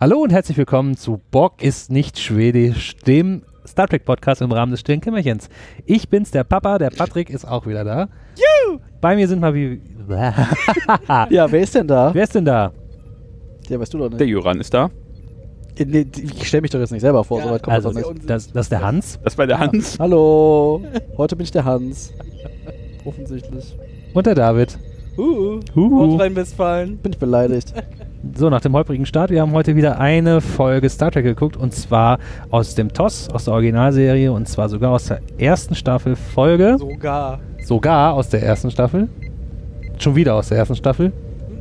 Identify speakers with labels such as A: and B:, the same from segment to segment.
A: Hallo und herzlich willkommen zu Bock ist nicht schwedisch, dem Star Trek Podcast im Rahmen des stillen Kämmerchens. Ich bin's, der Papa, der Patrick ist auch wieder da. Juhu! Bei mir sind mal wie. Wer
B: Ja, wer ist denn da?
A: ist denn da?
B: Ja, weißt du doch
C: Der
B: nicht.
C: Juran ist da.
B: Äh, nee, die- Ich stelle mich doch jetzt nicht selber vor, soweit kommt
A: Also,
B: das doch nicht.
A: das, das ist der Hans
C: Das
B: Ah.
C: war der Hans.
B: Hallo, heute bin ich der Hans. Offensichtlich.
A: und der David.
D: Huhu.
A: Huhu.
D: Nordrhein-Westfalen.
B: Bin ich beleidigt.
A: So, nach dem holprigen Start, wir haben heute wieder eine Folge Star Trek geguckt und zwar aus dem TOS, aus der Originalserie und zwar sogar aus der ersten Staffel Folge.
D: Sogar.
A: Sogar aus der ersten Staffel. Schon wieder aus der ersten Staffel.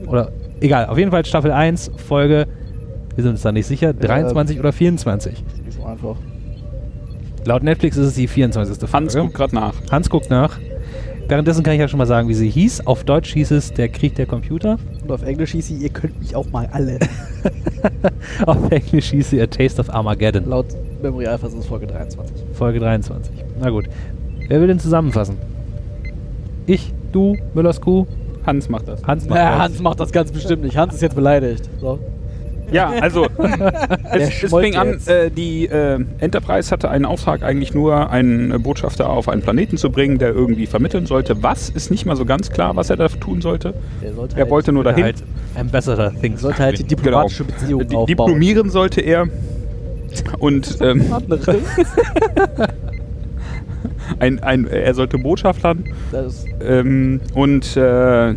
A: Oder egal, auf jeden Fall Staffel 1, Folge, wir sind uns da nicht sicher,
B: ähm,
A: 23 oder 24.
B: Die ist so einfach.
A: Laut Netflix ist es die 24. Folge.
C: Hans guckt gerade nach.
A: Hans guckt nach. Währenddessen kann ich ja schon mal sagen, wie sie hieß. Auf Deutsch hieß es Der Krieg der Computer.
B: Und auf Englisch hieß sie, ihr könnt mich auch mal alle.
A: Auf Englisch hieß sie A Taste of Armageddon.
B: Laut Memorialfassung Folge 23.
A: Folge 23. Na gut. Wer will denn zusammenfassen? Ich, du, Müllers Kuh,
C: Hans macht das.
A: Hans macht
B: Na,
A: das.
B: Hans macht das ganz bestimmt nicht. Hans ist jetzt beleidigt. So.
C: Ja, also es, es
B: schmollt
C: fing an,
B: jetzt.
C: äh, die äh, Enterprise hatte einen Auftrag, eigentlich nur einen äh, Botschafter auf einen Planeten zu bringen, der irgendwie vermitteln sollte. Was ist nicht mal so ganz klar, was er da tun sollte.
B: Er sollte
C: Er wollte nur dahin. Äh,
A: halt Ambassador
B: er
A: Things.
B: sollte halt die diplomatische Beziehung
C: Di-
B: aufbauen.
C: Diplomieren sollte er und ähm,
B: Andere.
C: ein, ein, er sollte Botschaftern
B: Das,
C: Ähm, und äh, äh,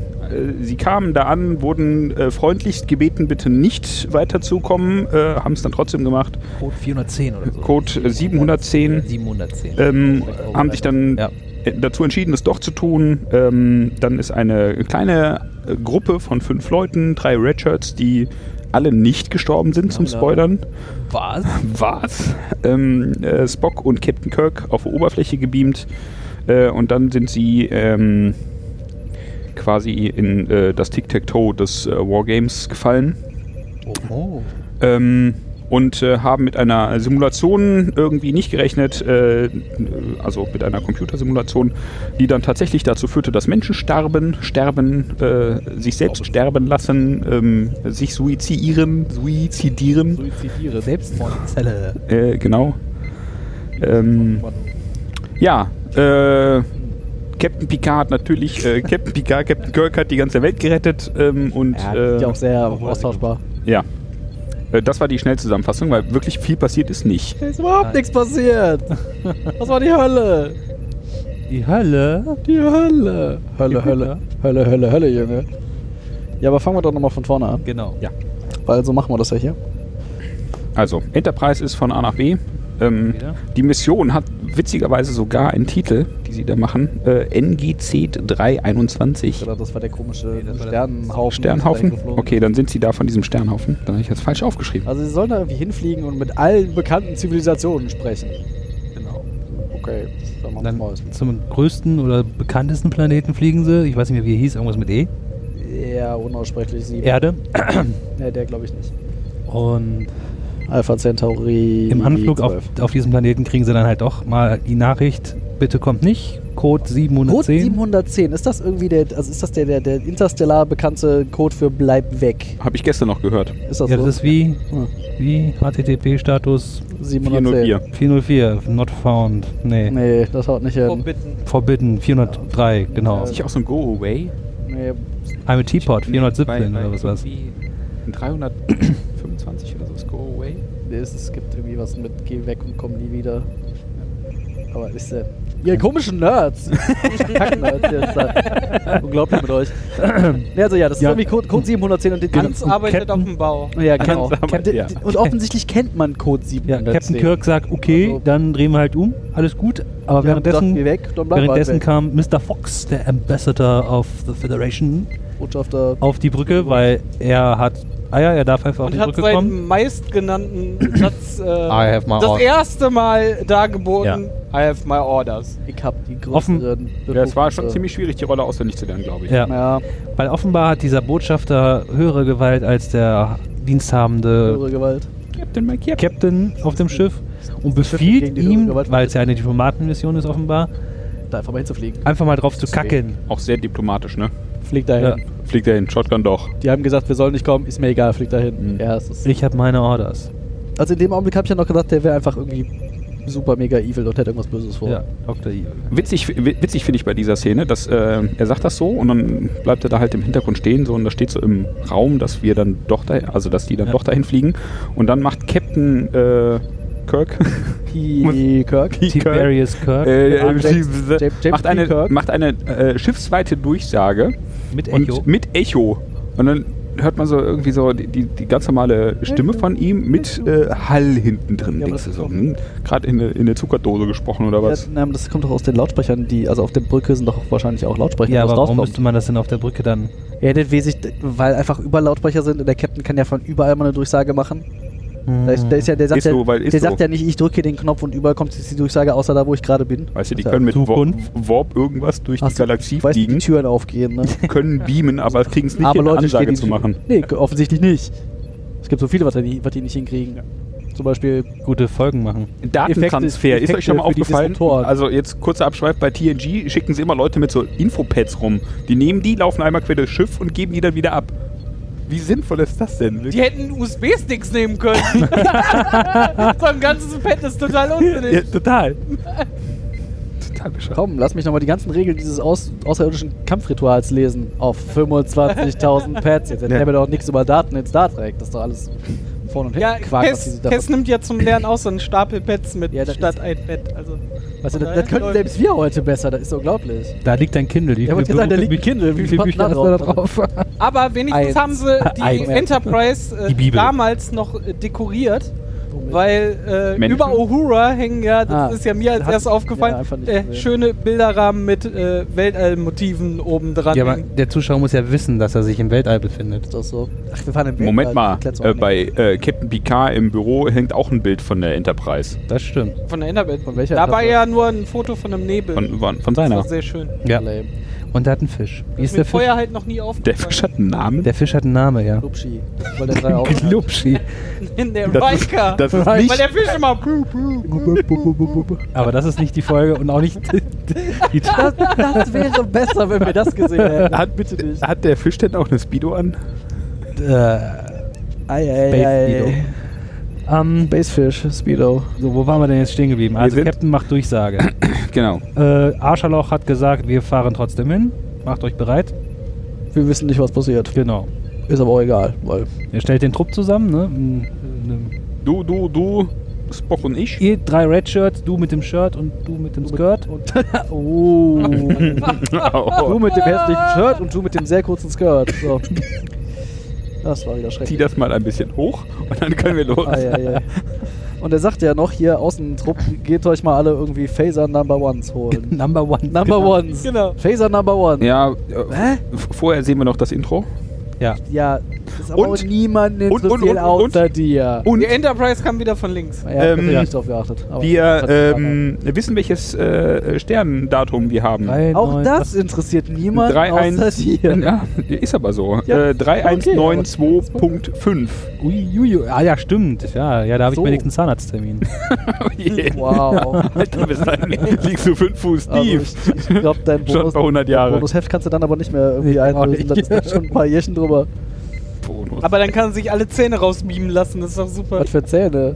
C: sie kamen da an, wurden äh, freundlichst gebeten, bitte nicht weiterzukommen, äh, haben es dann trotzdem gemacht.
A: Code 410 oder so.
C: Code äh, 710
A: 710.
C: ähm, haben sich dann
A: Ja.
C: äh, dazu entschieden, es doch zu tun. Ähm, dann ist eine kleine äh, Gruppe von fünf Leuten, drei Redshirts, die alle nicht gestorben sind, zum
B: Lala.
C: Spoilern.
A: Was?
C: Was? Ähm, äh, Spock und Captain Kirk auf die Oberfläche gebeamt äh, und dann sind sie ähm, quasi in äh, das Tic-Tac-Toe des äh, Wargames gefallen
A: Oh.
C: ähm, und äh, haben mit einer Simulation irgendwie nicht gerechnet, äh, also mit einer Computersimulation, die dann tatsächlich dazu führte, dass Menschen starben, sterben, äh, sich selbst sterben lassen, ähm, sich suizidieren, suizidieren.
B: Suizidieren.
A: Selbstmordzelle.
C: Äh, genau.
B: Hm.
C: Ähm, ja, äh, Captain Picard hat natürlich, äh, Captain Picard, Captain Kirk hat die ganze Welt gerettet ähm, und
B: Ja, die
C: äh,
B: sind ja auch sehr
A: Obwohl-
B: austauschbar.
C: ja. Äh, Das war die Schnellzusammenfassung, weil wirklich viel passiert ist nicht.
B: Da ist überhaupt nichts passiert. Was war die Hölle?
A: Die Hölle?
B: Die Hölle.
A: Hölle.
B: Hölle, Hölle. Hölle, Hölle, Hölle, Junge. Ja, aber fangen wir doch nochmal von vorne an.
A: Genau.
C: Ja.
B: Weil so machen wir das ja hier.
C: Also, Enterprise ist von A nach B. Ähm,
A: Wieder?
C: die Mission hat witzigerweise sogar einen Titel, die sie da machen: äh, NGC 321.
B: Oder das war der komische
A: das war der
B: Sternenhaufen.
C: Sternhaufen?
B: der geflogen
C: Okay, dann sind sie da von diesem Sternhaufen. Dann habe ich das falsch
B: ist.
C: aufgeschrieben.
B: Also sie sollen da irgendwie hinfliegen und mit allen bekannten Zivilisationen sprechen.
A: Genau.
B: Okay, dann machen wir
A: Dann
B: mal.
A: zum größten oder bekanntesten Planeten fliegen sie. Ich weiß nicht mehr, wie er hieß. Irgendwas mit E.
B: Ja, unaussprechlich sie.
A: Erde.
B: Nee, der glaube ich nicht.
A: Und
B: Alpha Centauri.
A: im
C: E
A: Anflug auf,
B: 12.
A: auf diesem Planeten kriegen sie dann halt doch mal die Nachricht, bitte kommt nicht. Code 710.
B: Code 710, ist das irgendwie der, also ist das der, der, der interstellar bekannte Code für bleib weg?
C: Habe ich gestern noch gehört.
B: Ist das
A: ja,
B: so?
A: das ist wie,
B: Hm.
A: wie HTTP-Status
B: 710.
C: 404.
A: 404, not found. Nee.
B: Nee, das haut nicht hin.
D: Forbidden.
A: Forbidden, 403, genau.
C: Ist nicht auch so ein Go-Away?
B: Nee,
A: I'm a Teapot, 417 oder was war's?
C: Ein 325 oder so ist Go Away.
B: nee, es, es gibt irgendwie was mit geh weg und komm nie wieder. Aber ist der. Ihr komischen Nerds! Kack-Nerds jetzt da. Unglaublich mit euch. Nee, also ja, das
A: Ja. Genau.
B: ist irgendwie Code, Code 710 und den
D: Hans arbeitet
A: Captain.
D: auf dem Bau.
B: Ja, genau.
C: Hans arbeitet,
B: Den-
C: ja.
B: Und offensichtlich kennt man Code
A: Ja,
B: 710.
A: Captain Kirk sagt, okay,
B: Also-
A: dann drehen wir halt um, alles gut. Aber
B: Die haben
A: währenddessen,
B: gesagt, geh weg, dann bleiben wir
A: währenddessen
B: halt weg.
A: kam Mr. Fox, der Ambassador of the Federation,
B: Botschafter.
A: auf die Brücke, weil er hat Eier, er darf einfach auf
D: Und
A: die
D: hat
A: Brücke kommen.
D: seinen meistgenannten Satz äh,
A: have my
D: das
A: order.
D: erste Mal dargeboten. I have my orders.
B: Ich hab die
A: Offen-
B: größeren.
C: Ja, es war schon
B: Befugnisse.
C: ziemlich schwierig, die Rolle auswendig zu lernen, glaube ich.
A: Äh. Ja.
B: Ja,
A: Weil offenbar hat dieser Botschafter höhere Gewalt als der diensthabende
B: höhere Gewalt.
C: Captain Mike Captain.
A: Captain auf dem Schiff und
B: Das Schiff gegen
A: befiehlt
B: die höhere
A: ihm,
B: Gewalt
A: weil es ja eine Diplomatenmission ist offenbar,
B: Da einfach mal hinzufliegen.
A: einfach mal drauf zu
B: Deswegen.
A: kackeln.
C: Auch sehr diplomatisch, ne?
B: Flieg
A: Ja.
B: dahin.
C: Fliegt er hin, Shotgun doch.
B: Die haben gesagt, wir sollen nicht kommen, ist mir egal, fliegt dahin.
C: Mhm.
B: Ja, es ist.
A: Ich habe meine Orders.
B: Also in dem Augenblick habe ich ja noch gedacht, der wäre einfach irgendwie super mega evil und hätte irgendwas Böses vor.
A: Ja, E. Dr. Evil.
C: Witzig, wi- witzig finde ich bei dieser Szene, dass äh, er sagt das so und dann bleibt er da halt im Hintergrund stehen so und da steht so im Raum, dass wir dann doch da, also dass die dann
A: Ja.
C: doch dahin fliegen und dann macht Captain äh, Kirk,
B: P. Kirk.
C: P.
A: Tiberius Kirk
C: äh,
B: James-
C: äh,
B: James- James
C: macht
B: P.
C: eine,
B: Kirk.
C: macht eine äh, schiffsweite Durchsage
A: mit
C: und
A: Echo.
C: mit Echo und dann hört man so irgendwie so die, die, die ganz normale Stimme von ihm mit äh, Hall hinten drin.
B: Ja, aber
C: Denkst du
B: das
C: so,
B: kommt-
C: hm, gerade in, eine- in eine Zuckerdose gesprochen oder
B: Ja,
C: was?
B: na, aber das kommt doch aus den Lautsprechern, die, also auf der Brücke sind doch wahrscheinlich auch Lautsprecher,
A: Ja,
B: wo es
A: aber warum
B: rauskommt.
A: müsste man das denn auf der Brücke dann?
B: Ja, das weiß ich, weil einfach überall Lautsprecher sind und der Captain kann ja von überall mal eine Durchsage machen. Da ist, da ist ja, der sagt,
C: Ist
B: ja,
C: so, weil ist
B: der
C: so.
B: sagt ja nicht, ich drücke den Knopf und überall kommt jetzt die Durchsage, außer da, wo ich gerade bin.
C: Weißt du, die
B: Ja.
C: können mit Warp,
A: Zukunft.
C: Warp irgendwas durch
B: Ach
C: die
B: so,
C: Galaxie
B: weißt, Also du,
C: fliegen,
B: die Türen aufgehen, ne?
C: können beamen, aber kriegen es nicht
B: Arme
C: hin,
B: Leute
C: Ansage
B: stehen
C: zu machen.
B: Nee, ge- offensichtlich nicht. Es gibt so viele, was die, was die nicht hinkriegen. Zum Beispiel,
A: Gute Folgen machen.
C: Datentransfer, ist
B: Effekte
C: euch schon mal
B: für die
C: aufgefallen?
B: Disruptoren.
C: Also jetzt kurzer Abschweif, bei TNG schicken sie immer Leute mit so Infopads rum. Die nehmen die, laufen einmal quer durchs Schiff und geben die dann wieder ab. Wie sinnvoll ist das denn?
D: Die hätten USB-Sticks nehmen können. so ein ganzes Pad ist total
C: Ja,
D: unsinnig.
C: total. total bescheuert.
B: komm, lass mich nochmal die ganzen Regeln dieses aus, außerirdischen Kampfrituals lesen. Auf 25.000 Pads. Jetzt erzählen wir doch nichts über Daten in Star Trek. Das ist doch alles vorne und hinten
D: Ja,
B: Quark, was
D: Kess,
B: diese davon-
D: Kess nimmt ja zum Lernen auch so einen Stapel Pads mit
B: Ja, das
D: statt
B: ist-
D: ein Pad. Also,
B: Weißt du, das,
D: von daher
B: das könnten
D: läuft-
B: selbst wir heute besser, das ist unglaublich.
A: Da liegt dein Kindle. Wie
B: Ja, wollte
A: viele
B: gerade sagen, da
A: Berufe-
B: liegt ein
A: Wie
B: Kindle.
A: viele
B: Wie viel
A: Bücher hast
B: Platten
A: du da
B: hat
A: drauf?
D: Aber wenigstens
B: Eins.
D: haben sie die
B: Eins.
D: Enterprise äh,
A: Die Bibel.
D: damals noch äh, dekoriert. Weil äh,
C: Menschen?
D: über Uhura hängen ja, das
B: Ah.
D: ist ja mir als
B: Hat- ja,
D: erstes aufgefallen,
B: einfach nicht
D: äh,
B: gesehen.
D: schöne Bilderrahmen mit äh, Weltallmotiven oben dran.
A: Ja, aber der Zuschauer muss ja wissen, dass er sich im Weltall befindet.
B: Ist doch so. Ach, wir fahren im
C: Moment
B: Weltall,
C: mal,
B: erklärt's auch
C: äh,
B: nicht.
C: bei äh, Captain Picard im Büro hängt auch ein Bild von der Enterprise.
A: Das stimmt.
D: von der Enterprise.
B: Von welcher
D: Da war
B: Enterprise?
D: ja nur ein Foto von einem Nebel.
C: Von, von, von
D: das
C: seiner.
D: war sehr schön.
A: Ja.
B: Lame.
A: Und er hat einen Fisch. Wie
D: Ist
A: ist der
D: mir
A: Fisch?
D: vorher halt noch nie
C: Der
D: aufgefallen.
C: Fisch hat einen Namen.
A: Der Fisch hat einen Namen, ja.
B: Lupschi. Weil der drei Augen hat.
A: Glubschi.
D: In der
C: Das ist-
D: Riker.
C: das ist
D: Weil
C: nicht-
D: der Fisch immer. puh, puh, puh, puh, puh, puh.
A: Aber das ist nicht die Folge und auch nicht die, die,
B: Das, das wäre besser, wenn wir das gesehen hätten.
C: Hat, bitte nicht. äh, hat der Fisch denn auch eine Speedo an?
A: äh,
B: Ei, ei,
A: Space ähm,
B: Basefish, Speedo.
A: So, wo waren wir denn jetzt stehen geblieben? Also,
C: sind-
A: Captain macht Durchsage.
C: Genau.
A: äh, Arschaloch hat gesagt, wir fahren trotzdem hin. Macht euch bereit.
B: Wir wissen nicht, was passiert.
A: Genau.
B: Ist aber auch egal, weil
A: Er stellt den Trupp zusammen, ne? Mm, äh,
C: Du, du, du, Spock und ich.
A: Ihr E drei Red Shirts, du mit dem Shirt und du mit dem Skirt.
B: Und oh. Du
C: oh,
B: mit dem hässlichen Shirt und du mit dem sehr kurzen Skirt. So. Das war wieder
C: zieh
B: schrecklich.
C: das mal ein bisschen hoch und dann können wir los.
B: Ei, ei, ei. Und er sagt ja noch hier Außentrupp, geht euch mal alle irgendwie Phaser Number Ones holen.
A: Number one.
B: Number
A: Genau.
B: Ones.
D: Genau.
B: Phaser Number One.
C: Ja, äh, v- vorher sehen wir noch das Intro.
A: Ja.
B: Ja, ist aber
C: Und-
B: auch niemand
C: und- und-
B: interessiert
C: und-
B: außer dir.
C: Und
D: Die Enterprise kam wieder von links.
B: ja, ähm,
C: ähm,
B: nicht drauf geachtet. aber
C: wir
B: hat sich
C: ähm, wissen, welches äh, Sternendatum wir haben.
A: Drei,
B: geärgert. auch
A: neun,
B: das interessiert niemand außer
C: 31
B: dir.
C: Ja, ist aber so.
B: Ja,
C: Äh, 3192.5.
A: ach, Ui, ui, ui. Ah ja, stimmt. Ja, ja da habe ich
B: So.
A: mir nächsten Zahnarzttermin.
C: Oh je.
B: Wow.
C: Alter, bis dahin liegst du fünf Fuß
B: Also
C: tief.
B: ich ich glaube, dein
C: Schon
B: Bonus,
C: bei 100
B: dein
C: Jahre.
B: Bonusheft kannst du dann aber nicht mehr irgendwie
A: Nee, auch
B: einlösen. Das
A: nicht.
B: ist dann schon ein paar Jährchen drüber.
C: Bonus.
D: Aber dann kann er sich alle Zähne rausbeamen lassen, das ist doch super.
B: Was für Zähne.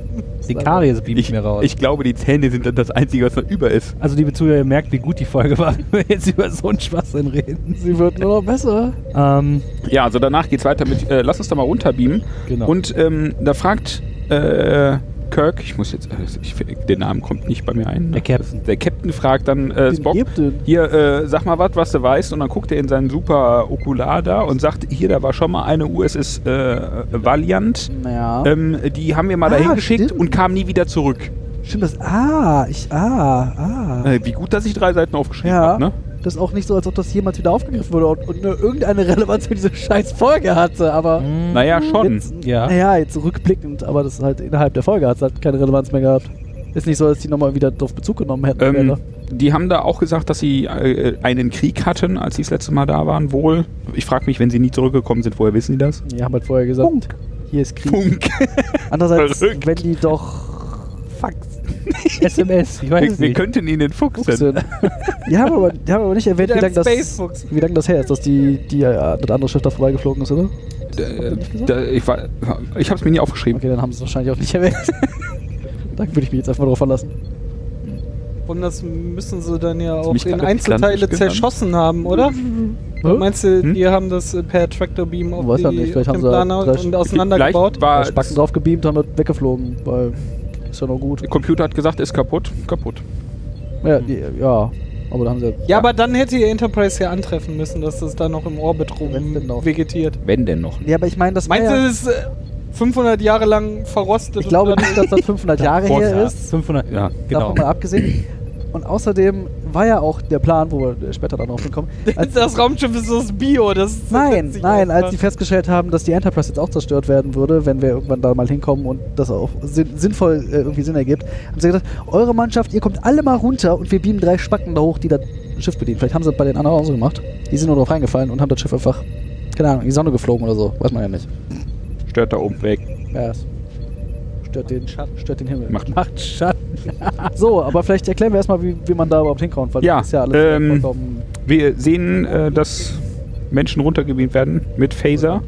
A: Die Karies biebe ich mir raus.
C: ich glaube, die Zähne sind dann das Einzige, was noch über ist.
A: also, liebe Zuhörer, ihr merkt, wie gut die Folge war, wenn wir jetzt über so einen Schwachsinn reden.
B: Sie wird nur noch besser.
A: Ähm,
C: Ja, also danach geht's weiter mit, äh, lass uns da mal runterbeamen.
A: Genau.
C: Und ähm, da fragt äh, Kirk, ich muss jetzt, äh, ich, der Name kommt nicht bei mir ein. ne?
A: Der Captain.
C: Der Captain fragt dann äh,
B: Den
C: Spock,
B: Captain.
C: hier, äh, sag mal was, was du weißt. Und dann guckt er in seinen super Okular da und sagt, hier, da war schon mal eine USS äh, Valiant.
B: Naja.
C: Ähm, die haben wir mal
B: Ah,
C: dahin geschickt
B: stimmt.
C: und kam nie wieder zurück.
B: Stimmt das? Ah, ich, ah, ah.
C: Äh, wie gut, dass ich drei Seiten aufgeschrieben
B: Ja,
C: habe, ne?
B: das ist auch nicht so, als ob das jemals wieder aufgegriffen wurde und, und nur irgendeine Relevanz für diese scheiß Folge hatte, aber
C: Naja, schon.
B: jetzt,
A: Ja.
B: naja, jetzt rückblickend, aber das ist halt innerhalb der Folge hat es halt keine Relevanz mehr gehabt. Ist nicht so, dass die nochmal wieder drauf Bezug genommen hätten.
C: Ähm,
B: später.
C: die haben da auch gesagt, dass sie äh, einen Krieg hatten, als sie das letzte Mal da waren, wohl. Ich frage mich, wenn sie nie zurückgekommen sind, woher wissen die das?
B: Die haben halt vorher gesagt, hier ist Krieg.
C: Funk.
B: Andererseits,
C: Verrückt.
B: wenn die doch. Fuck.
A: SMS, ich weiß
C: Wir,
A: es
C: wir
A: nicht.
C: könnten ihn den Fuchs nennen.
B: Fuchsen. Die haben aber, die haben aber nicht erwähnt,
D: Mit
B: wie lange
D: einem
B: das,
D: Space-Fuchs.
B: wie lang das her ist, dass die, die äh, das andere Schiff da vorbeigeflogen ist, oder?
C: Äh, da- Ich, war- ich habe es mir nie aufgeschrieben.
B: Okay, dann haben sie es wahrscheinlich auch nicht erwähnt. da würde ich mich jetzt einfach mal drauf verlassen.
D: Und das müssen sie dann ja auch
C: mich
D: in
C: gerade
D: Einzelteile
C: gigantisch genannt.
D: zerschossen haben, oder? Meinst du,
C: Hm?
D: die haben das äh, per Tractor-Beam auf,
B: Hm? Weiß ja
D: die-
B: nicht,
D: auf
B: vielleicht
D: den
B: haben sie
D: Plan
B: drei-
D: und
C: Vielleicht
D: auseinandergebaut?
B: Ah,
C: war
B: Spacken drauf gebeamt, haben wir weggeflogen, weil ist ja noch gut.
C: der Computer hat gesagt, ist kaputt. Kaputt.
B: Ja, die, ja, aber da haben sie
D: Ja, aber dann hätte die Enterprise ja antreffen müssen, dass das da noch im Orbit
B: Wenn's denn noch-
D: rum vegetiert.
C: Wenn denn noch.
B: Ja, aber ich meine, das war
D: Meinst du,
B: ja,
D: das ist äh, 500 Jahre lang verrostet?
B: ich glaube
D: und dann-
B: nicht, dass das 500 Jahre her ist.
A: 500,
C: Ja.
A: genau.
B: Davon mal abgesehen. Und außerdem war ja auch der Plan, wo wir später dann drauf kommen. Als,
D: das Raumschiff ist aus Bio. Das
B: nein,
D: setzt sich
B: nein,
D: einfach.
B: als die festgestellt haben, dass die Enterprise jetzt auch zerstört werden würde, wenn wir irgendwann da mal hinkommen und das auch sinn sinnvoll äh, irgendwie Sinn ergibt, haben sie gesagt, eure Mannschaft, ihr kommt alle mal runter und wir beamen drei Spacken da hoch, die das Schiff bedienen. Vielleicht haben sie das bei den anderen auch so gemacht. Die sind nur drauf reingefallen und haben das Schiff einfach, keine Ahnung, in die Sonne geflogen oder so. Weiß man ja nicht.
C: Stört da oben weg.
B: Ja, es stört den, stört den Himmel.
C: Macht
A: Macht Schatten.
B: So, aber vielleicht erklären wir erstmal, wie, wie man da überhaupt hinkommt, weil
C: Ja,
B: das ist ja alles
C: ähm,
B: vollkommen
C: Wir sehen, äh, dass Menschen runtergebeamt werden mit Phaser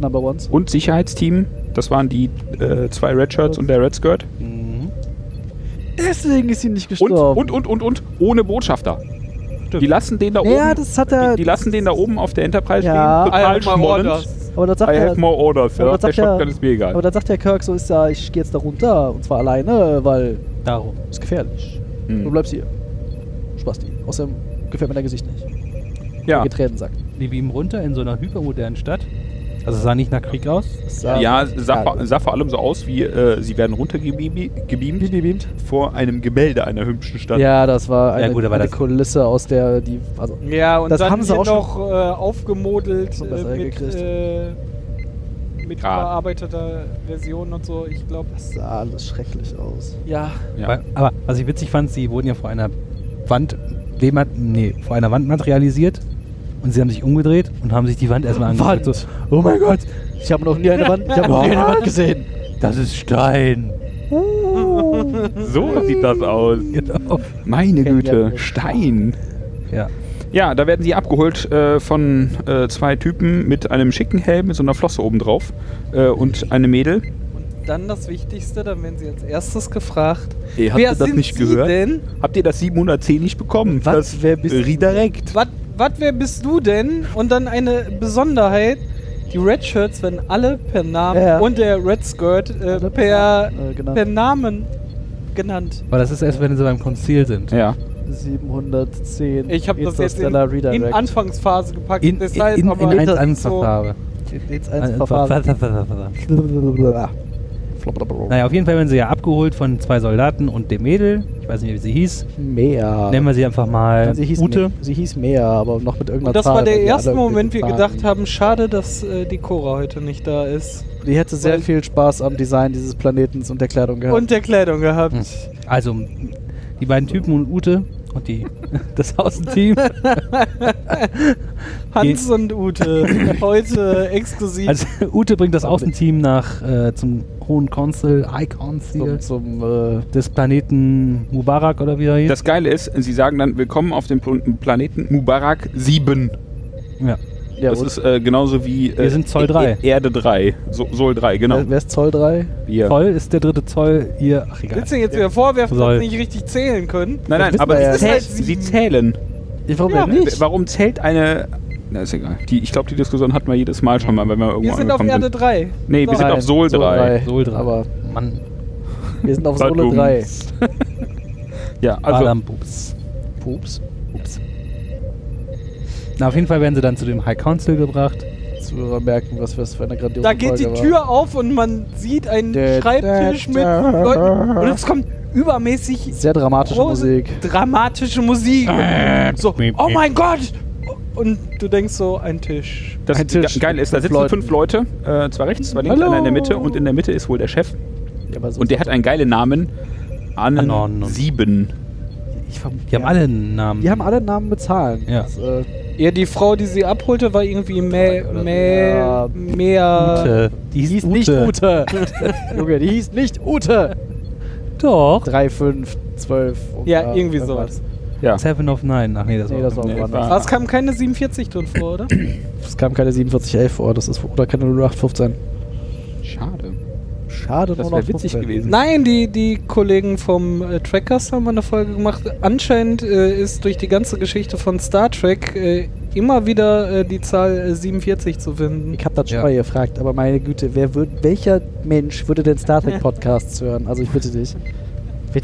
B: Number Ones.
C: und Sicherheitsteam. Das waren die äh, zwei Red Shirts und der Red Skirt.
B: Deswegen ist sie nicht
C: Und,
B: gestorben.
C: und, und, und, und, ohne Botschafter. Die lassen den da oben.
B: ja, das hat er.
C: die, die lassen den da oben auf der Enterprise
B: Ja.
C: stehen. Total
D: I have my
C: schmollend.
D: orders.
B: aber das sagt
C: I
B: er.
C: have more orders.
B: aber
C: Ja,
B: das
C: der
B: sagt ja-
C: Shotgun ist mir egal.
B: Aber dann sagt der Kirk so, ist ja, ich gehe jetzt da runter und zwar alleine, weil
A: Darum.
B: ist gefährlich.
C: Hm.
B: Du bleibst hier. Spaß dir. Außerdem gefällt mir dein Gesicht nicht.
C: ja.
B: Der Getränen sagt.
A: Die beamen runter in so einer hypermodernen Stadt. Also sah nicht nach Krieg aus.
C: Ja, sah, vor- sah vor allem so aus wie, äh, sie werden runtergebeamt
B: Beamt.
C: vor einem Gemälde einer hübschen Stadt.
B: Ja, das war eine,
A: Ja, gut, aber
B: eine
A: das-
B: Kulisse, aus der die. Also,
D: Ja, und
B: Das
D: dann
B: haben sie
D: hier
B: auch schon-
D: noch äh, aufgemodelt
B: Schon
D: äh,
B: besser
D: mit,
B: gekriegt.
D: äh, mit
C: Ja.
D: bearbeiteter Version und so. Ich glaube, das.
B: sah alles schrecklich aus.
D: Ja.
C: Ja.
A: Weil, aber was ich witzig fand, sie wurden ja vor einer Wand, dema- nee, vor einer Wand materialisiert und sie haben sich umgedreht und haben sich die Wand erstmal angeguckt.
B: Wand.
A: So, oh mein Gott,
B: Ich habe noch nie eine Wand, ich hab noch nie eine Wand gesehen.
A: das ist Stein.
C: So sieht das aus.
A: Genau.
C: Meine
B: Kennt ihr
C: Güte,
B: das?
C: Stein.
A: Ja.
C: Ja, da werden sie abgeholt äh, von äh, zwei Typen mit einem schicken Helm, mit so einer Flosse obendrauf äh, und einem Mädel.
D: Und dann das Wichtigste, dann werden sie als erstes gefragt.
C: Ihr
D: Wer sind Sie denn?
C: Habt ihr das 710 nicht bekommen?
B: Was?
C: Das
B: Wer bist du?
C: Redirect.
D: Was, was, wer bist du denn? Und dann eine Besonderheit: Die Red Shirts werden alle per Namen
B: Ja, ja.
D: und der Red Skirt äh,
B: Alle per
D: per,
B: Namen, äh, genannt.
D: per Namen genannt.
A: Aber das ist erst, wenn sie beim Konzil sind.
C: Ja.
B: 710
D: Ich habe das jetzt in,
B: Interstellar
D: in
B: Redirect.
D: Anfangsphase gepackt.
A: In, in,
D: deshalb
A: in,
D: aber-
A: in eins
D: so-
A: Angstfarbe.
B: In ins
A: Eins
B: 1 Verfahren.
A: Naja, auf jeden Fall werden sie ja abgeholt von zwei Soldaten und dem Mädel. Ich weiß nicht, wie sie hieß.
B: Mehr.
A: Nennen wir sie einfach mal
B: Also, sie hieß
A: Ute.
B: Me- Sie hieß mehr, aber noch mit irgendeiner
D: Und das
B: Zahl.
D: war der
B: weil die
D: erste
B: alle irgendwie
D: Moment, wir
B: Zahlen-
D: gedacht haben, schade, dass äh, die Cora heute nicht da ist.
B: Die hätte sehr
D: weil-
B: viel Spaß am Design dieses Planetens und der Kleidung gehabt.
D: Und der Kleidung gehabt.
A: Also, die beiden Typen und Ute und die, das Außenteam.
D: Hans und Ute, heute exklusiv.
A: Also, Ute bringt das Außenteam nach äh, zum Hohen Konsul, High Consul
B: zum, zum äh,
A: des Planeten Mubarak oder wie er hieß.
C: Das Geile ist, sie sagen dann, willkommen auf dem Pl- Planeten Mubarak 7.
A: ja.
B: ja,
C: das
B: und-
C: ist äh, genauso wie äh,
A: Wir sind Zoll drei.
C: E- Erde 3. So, Sol 3, genau.
B: wer, wer ist Äh, Zoll 3?
C: Wir.
A: Zoll ist der dritte Zoll hier. Ach, egal.
D: Willst du jetzt wieder vorwerfen, dass
A: Soll.
D: wir nicht richtig zählen können?
B: Das
C: Nein, nein,
B: wissen
C: aber
B: wir
C: sie,
B: ja.
C: zäh
D: Das heißt,
C: sie
D: sie-
C: zählen.
B: Warum
D: Ja.
B: denn nicht?
C: Warum zählt eine. Na, ist egal. Die, ich glaube, die Diskussion hatten wir jedes Mal schon mal, wenn wir irgendwo
D: Wir sind auf
C: angekommen
D: Erde 3.
C: Nee, wir sind
B: Nein,
C: auf Sol
B: Sol
C: 3.
B: drei.
A: Sol 3.
B: Aber-
A: Mann,
B: Wir sind auf
C: War
B: Solo
C: dumm.
B: 3.
C: Ja,
A: Ah,
C: also.
A: Badambups.
B: Pups.
A: Ups. Na, auf jeden Fall werden sie dann zu dem High Council gebracht.
B: Zuhörer merken, was das für eine grandiose
D: Da geht die
B: Folge
D: Tür auf und man sieht einen
B: Dä,
D: Schreibtisch
B: dä,
D: mit
B: dä.
D: Leuten. Und es kommt übermäßig
B: war. Sehr dramatische
D: große,
B: Musik.
D: dramatische Musik.
C: Äh,
D: So, oh mein Gott! Und du denkst so, ein Tisch.
C: Das
B: Ein Tisch
C: Ge- Geile ist, da
B: mit
C: sitzen
B: Leuten.
C: fünf Leute, äh, zwei rechts, zwei links,
B: Hallo.
C: einer in der Mitte und in der Mitte ist wohl der Chef.
B: Ja, aber so
C: Und der hat einen geilen Namen. Anon
A: Anon.
C: 7.
B: Ich verm-
A: Die haben alle einen Namen.
B: Die haben alle Namen mit Zahlen.
A: Ja.
B: Das, äh,
D: Ja, die Frau, die sie abholte, war irgendwie mehr,
B: Oder-
D: mehr,
B: Ja.
D: mehr.
A: Ute. Die hieß
B: hieß
A: Ute.
B: nicht Ute. Junge, die hieß nicht Ute.
A: Doch.
B: 3, 5, 12.
D: Ja, irgendwie sowas.
C: Ja.
A: Seven of Nine. Ach Also nee, das
B: Nee,
A: war.
B: das war
C: Nee,
B: woanders.
C: war-
D: Aber es kamen keine 47 drin vor, oder?
B: Es kam keine 4711 vor, das ist oder keine 0815.
C: Schade.
B: Schade,
C: Das
B: nur
C: wäre
B: noch
C: witzig
B: 15.
C: gewesen.
D: Nein, die, die Kollegen vom äh, Trackers haben eine Folge gemacht. Anscheinend äh, ist durch die ganze Geschichte von Star Trek äh, immer wieder äh, die Zahl äh, 47 zu finden.
B: Ich habe das schon
A: Ja.
B: mal gefragt, aber meine Güte, wer würd, welcher Mensch würde denn Star Trek Podcasts hören? Also ich bitte dich.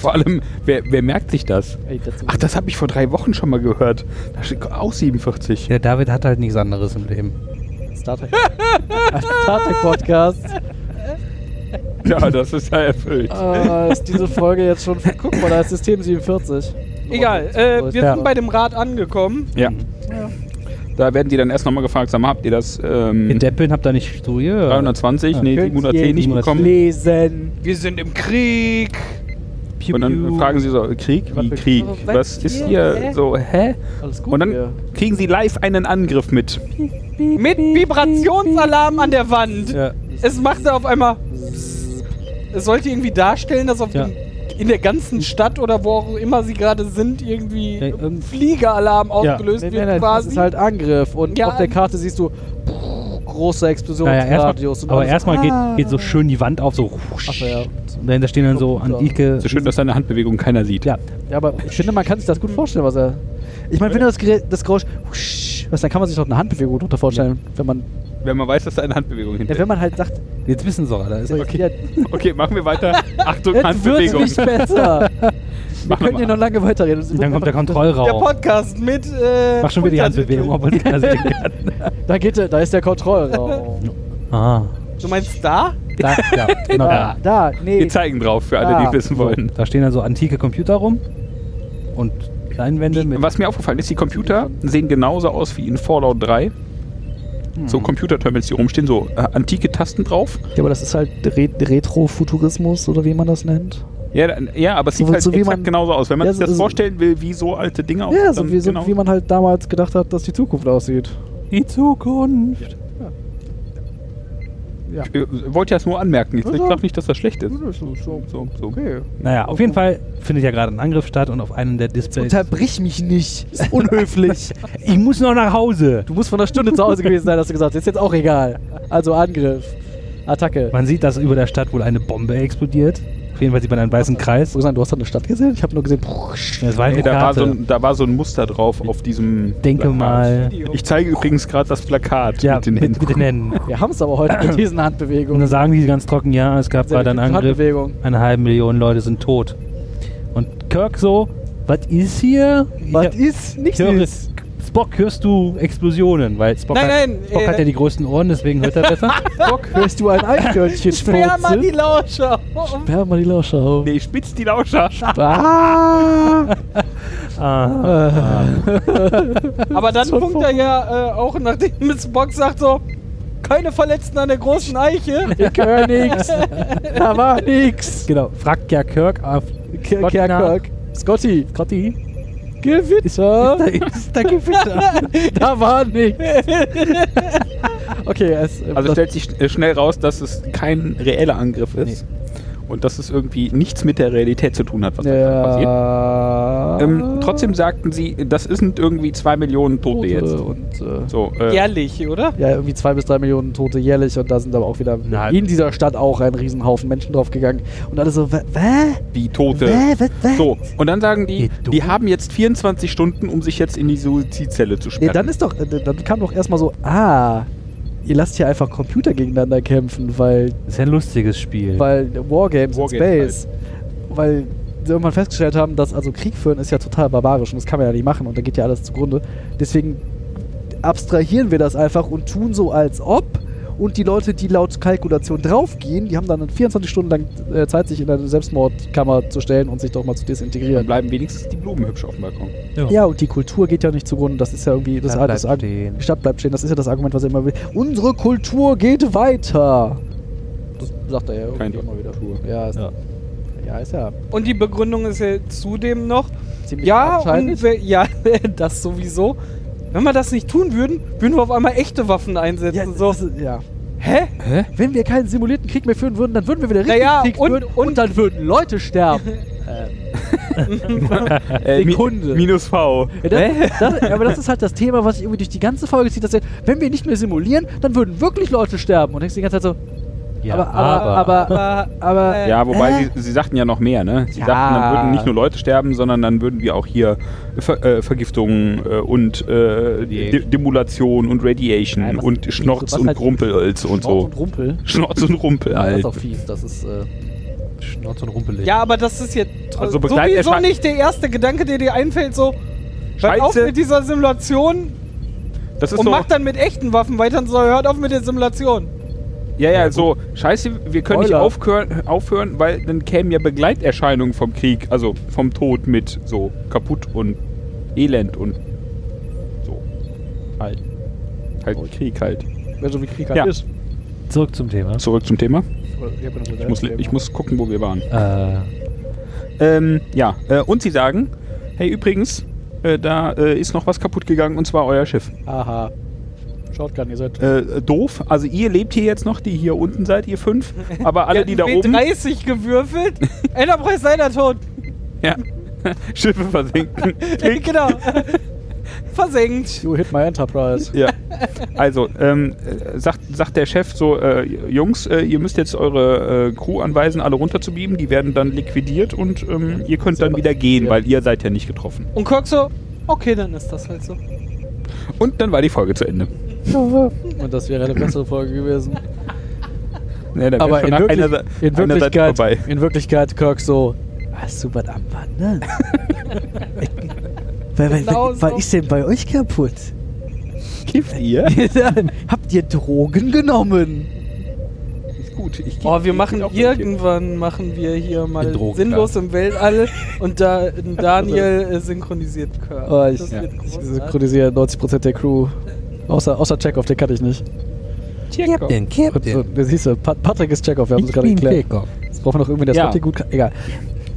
C: Vor allem, wer, wer merkt sich das?
B: Ey, dazu-
C: Ach, das habe ich vor drei Wochen schon mal gehört. Da steht auch 47.
A: Der David hat halt nichts anderes im Leben.
B: Star Trek. Star Trek Podcast.
C: Ja, das ist ja erfüllt.
B: Ah, ist diese Folge jetzt schon. Guck mal, da ist System 47.
D: Egal, äh, wir
A: Ja.
D: sind bei dem Rad angekommen.
C: Ja. Da werden die dann erst nochmal gefragt, sag mal, habt ihr das ähm,
A: Ihr Deppeln habt da nicht zu gehört.
C: 320,
A: Ja.
C: nee,
B: Könnt ihr
C: 710 nicht
A: niemals
C: bekommen?
B: Lesen.
D: Wir sind im Krieg.
A: Piu,
C: Und dann
A: piu.
C: fragen sie so, Krieg? Wie
B: Was für-
C: Krieg? Was ist hier so, hä?
B: Alles gut.
C: Und
B: hier.
C: dann kriegen sie live einen Angriff mit.
D: Mit Vibrationsalarm an der Wand.
A: Ja.
D: Es machte auf einmal. Es sollte irgendwie darstellen, dass auf
A: Ja.
D: dem, in der ganzen Stadt oder wo auch immer sie gerade sind, irgendwie
A: Ja, ähm,
D: ein Fliegeralarm ausgelöst
B: Nee,
D: wird
B: nee, nee, das
D: quasi.
B: ist halt Angriff und
D: Ja,
B: auf der
D: an-
B: Karte siehst du pff, große
A: Naja,
B: Explosionsradius.
A: erstmal,
B: und
A: aber
B: alles.
A: erstmal
B: Ah.
A: geht, geht so schön die Wand auf, so. Ach,
B: Ach so, ja.
A: Dahinter stehen dann so
B: Computer.
A: antike.
C: So schön, dass deine Handbewegung keiner sieht.
A: Ja,
B: Ja, aber ich finde, man kann sich das gut vorstellen, was er. Ich meine, wenn du das, Gerät, das Geräusch. husch, Was, dann kann man sich doch eine Handbewegung gut darunter vorstellen. Wenn man.
C: Wenn man weiß, dass da eine Handbewegung
B: Ja,
C: hinter
B: wenn man halt sagt.
A: jetzt wissen sie auch alle. Ist
B: so,
A: okay.
B: Ja,
C: Okay, machen wir weiter. Achtung,
B: es wird
C: Handbewegung.
B: nicht besser. Wir
C: Mach
B: können hier
C: noch
B: noch lange weiterreden. Es wird
A: Dann kommt der
B: einfach-
D: der
A: Kontrollraum.
D: Podcast mit. Äh,
A: Genau. Mach schon wieder die
D: Untertiteln.
A: Handbewegung, obwohl die das sehen kann.
B: Da, geht, der- da ist der Kontrollraum.
A: Ah.
D: Du meinst da?
A: Da, ja, genau
B: Da,
A: da.
B: da, nee.
C: Wir zeigen drauf für alle,
B: Ah.
C: die wissen wollen.
A: Da stehen dann so antike Computer rum und Leinwände mit.
C: Was mir aufgefallen ist, die Computer sehen genauso aus wie in Fallout 3. So
B: Hm.
C: Computerterminals, die rumstehen, so äh, antike Tasten drauf.
B: Ja, aber das ist halt Re Retrofuturismus oder wie man das nennt.
C: Ja, da- ja aber es sieht
B: So-
C: halt
B: so wie
C: exakt
B: man-
C: genauso aus. Wenn man
B: Ja,
C: sich
B: so-
C: das
B: so-
C: vorstellen will, wie so alte Dinge
B: Ja,
C: aussehen,
B: so,
C: dann
B: wie, so
C: genau.
B: wie man halt damals gedacht hat, dass die Zukunft aussieht.
A: Die Zukunft.
C: Ich äh, wollte das nur anmerken. Ich
B: Also-
C: sage nicht, dass das schlecht ist.
B: so,
C: So, so.
B: okay.
A: Naja, auf jeden Fall findet ja gerade ein Angriff statt und auf einem der Displays.
B: Unterbrich mich nicht. Ist unhöflich.
A: Ich muss noch nach Hause.
B: du musst von einer Stunde zu Hause gewesen sein, hast du gesagt. Ist jetzt auch egal. Also Angriff. Attacke.
A: Man sieht, dass über der Stadt wohl eine Bombe explodiert. Auf jeden Fall sieht man einen weißen Kreis.
B: So gesagt, du hast da eine Stadt gesehen? Ich habe nur gesehen.
A: Das war
C: Ey,
A: eine
C: da, war
A: Karte.
C: so ein, da war so ein Muster drauf auf diesem.
A: Denke mal.
C: Ich zeige übrigens gerade das Plakat
A: Ja,
C: mit den Händen.
A: Mit den Händen.
B: Wir haben es aber heute mit diesen
A: Und
B: Handbewegungen.
A: dann sagen die ganz trocken, ja, es gab
B: Sehr
A: gerade einen
B: gute
A: Angriff.
B: Handbewegung.
A: Eine halbe Million Leute sind tot. Und Kirk so, was ist hier?
B: Was
A: Ich-
B: ist? Nichts
A: höre-
B: ist.
A: Spock, hörst du Explosionen? Weil Spock,
D: Nein,
A: hat,
D: nein,
A: Spock
D: äh,
A: hat ja die größten Ohren, deswegen hört er besser.
B: Bock, hörst du ein Eichhörnchen
D: Sperr mal die
B: schmurzen?
D: Lauscher.
B: Sperr mal die Lausche auf.
C: Nee, spitz die Lauscher.
B: Ah!
A: ah,
D: Aber dann
B: So
D: funkt er ja äh, auch, nachdem es Bock sagt, so. Keine Verletzten an der großen Eiche.
B: Ich hör nix. Da war nix.
A: genau, fragt ja Kirk auf
B: Kirk, Kirk, Kirk. Scotty,
A: Scotty.
B: Gewitter.
A: ist da Gewitter?
B: Da war nix. Okay, es,
C: Also
B: das,
C: stellt sich äh, schnell raus, dass es kein reeller Angriff ist und dass es irgendwie nichts mit der Realität zu tun hat, was da gerade passiert.
B: ja.
C: Ähm, trotzdem sagten sie, das sind irgendwie zwei Millionen Tote jetzt.
B: Und, äh,
C: So, äh,
D: Ehrlich, oder?
B: ja, irgendwie zwei bis drei Millionen Tote jährlich und da sind aber auch wieder
A: Na,
B: in dieser Stadt auch ein Riesenhaufen Menschen draufgegangen. Und alle so, wä? Wä?
C: die Tote.
B: Wä? Wä? Wä?
C: So, und dann sagen die,
A: Geht du-
C: die haben jetzt 24 Stunden, um sich jetzt in die Suizidzelle zu
B: Nee,
C: sperren.
B: dann ist doch, äh, dann kam doch erstmal so, ah, ihr lasst hier einfach Computer gegeneinander kämpfen, weil
A: Ist ja ein lustiges Spiel.
B: weil Wargames, in
C: Wargames
B: Space, weil sie irgendwann festgestellt haben, dass also Krieg führen ist ja total barbarisch und das kann man ja nicht machen und da geht ja alles zugrunde. Deswegen abstrahieren wir das einfach und tun so als ob und die Leute, die laut Kalkulation draufgehen, die haben dann 24 Stunden lang äh, Zeit, sich in eine Selbstmordkammer zu stellen und sich doch mal zu
C: dann
B: desintegrieren.
C: bleiben wenigstens die Blumen hübsch auf dem Balkon.
B: Ja, und die Kultur geht ja nicht zugrunde. Das ist ja irgendwie das,
A: Stadt
B: Ar- das
A: bleibt
B: Ar-
A: stehen.
B: Die Stadt bleibt stehen. Das ist ja das Argument, was er immer will. Unsere Kultur geht weiter. Das sagt er ja irgendwie
C: Kein
B: immer wieder.
C: Kultur.
B: Ja, ist ja.
A: Ja.
B: Ja, ist ja
D: Und die Begründung ist ja zudem noch,
B: ziemlich
D: ja,
B: abscheinend.
D: und we- ja, das sowieso. Wenn wir das nicht tun würden, würden wir auf einmal echte Waffen einsetzen.
B: ja,
D: so.
B: das ist, ja.
D: Hä?
A: Hä?
B: Wenn wir keinen simulierten Krieg mehr führen würden, dann würden wir wieder richtig
D: Naja,
B: Krieg
D: und-
B: führen und, dann würden Leute sterben. Ähm,
C: Äh, mi-
B: Sekunde.
C: minus V.
B: Ja, das, das, aber das ist halt das Thema, was sich irgendwie durch die ganze Folge zieht. Dass wir- wenn wir nicht mehr simulieren, dann würden wirklich Leute sterben. Und denkst die ganze Zeit so,
A: Ja,
B: aber, aber, aber,
D: Aber,
B: aber,
D: äh,
C: Ja, wobei
B: Äh?
C: sie, sie sagten ja noch mehr, ne? Sie
B: Ja.
C: sagten, dann würden nicht nur Leute sterben, sondern dann würden wir auch hier Ver äh, Vergiftungen äh, und äh,
A: Die-
C: De Demulation und Radiation
B: Ja, was-
C: und Schnorz
B: was
C: und
B: halt-
C: Rumpelholz und
B: Schnorz
C: so.
B: und Rumpel.
C: Schnorz und Rumpel
B: Das
C: halt.
B: ist auch fies. Das ist, äh,
A: Schnauze und rumpelig.
D: ja, aber das ist jetzt tr-
C: Also begleitet er
D: sowieso
C: Schwe-
D: nicht der erste Gedanke, der dir einfällt, so hört auf
C: Scheiße,
D: mit dieser Simulation
C: das ist
D: und
C: so,
D: macht dann mit echten Waffen weiter und so, hört auf mit der Simulation.
C: ja, ja, so, scheiße, wir können nicht
B: Spoiler.
C: aufhören, aufhören, weil dann kämen ja Begleiterscheinungen vom Krieg, also vom Tod mit so kaputt und elend und so. Halt. Halt Krieg halt.
B: so wie Krieg halt
C: Ja.
B: ist.
A: Zurück zum Thema.
C: Zurück zum Thema.
B: Ich,
C: Ich muss, ich muss gucken, wo wir waren.
A: Äh,
C: Ähm, ja, äh, und sie sagen, hey übrigens, äh, da äh, ist noch was kaputt gegangen und zwar euer Schiff.
B: Aha. Shotgun, ihr seid.
C: Äh, äh, doof, also ihr lebt hier jetzt noch, die hier unten seid, ihr fünf, aber alle, die da oben,
D: 30 gewürfelt, Enterprise leider tot.
C: ja, Schiffe versinken. Klick.
D: genau. Versenkt.
B: You hit my Enterprise.
C: ja, also ähm, äh, sagt, sagt der Chef so, äh, Jungs, äh, ihr müsst jetzt eure äh, Crew anweisen, alle runterzubieben, die werden dann liquidiert und ähm, ihr könnt dann wieder gehen, weil ihr seid ja nicht getroffen.
D: Und Kirk so, okay, dann ist das halt so.
C: Und dann war die Folge zu Ende.
B: Und das wäre eine bessere Folge gewesen.
C: Ja, dann wär
B: Aber
C: schon
B: in,
C: nach
B: wirklich,
C: einer Sa-
B: in,
C: einer Seite vorbei.
B: Wirklichkeit, in Wirklichkeit, Kirk so, hast du was am Wandern? weil, weil,
D: Genau
B: weil, weil
D: so.
B: ist denn bei euch kaputt?
C: Kifft ihr?
B: Habt ihr Drogen genommen?
C: Gut, ich
D: Oh, wir machen irgendwann machen wir hier mal
A: Den Drogen-
D: sinnlos im Weltall und da Daniel
C: Also-
D: äh, synchronisiert Kirk.
B: Oh, ich,
D: das
B: ja.
D: wird
B: ich
D: großartig.
B: synchronisiere 90% der Crew. Außer, außer Chekhov, den kannte ich nicht.
A: Captain,
B: Und,
A: Captain.
B: und, das hieß so, Pat Patrick ist Chekhov, wir haben es
A: Ich
B: gerade
A: bin
B: geklärt.
A: Jacob.
B: Jetzt brauchen wir noch irgendwen, der
C: Ja.
B: Scotty gut kann. Egal.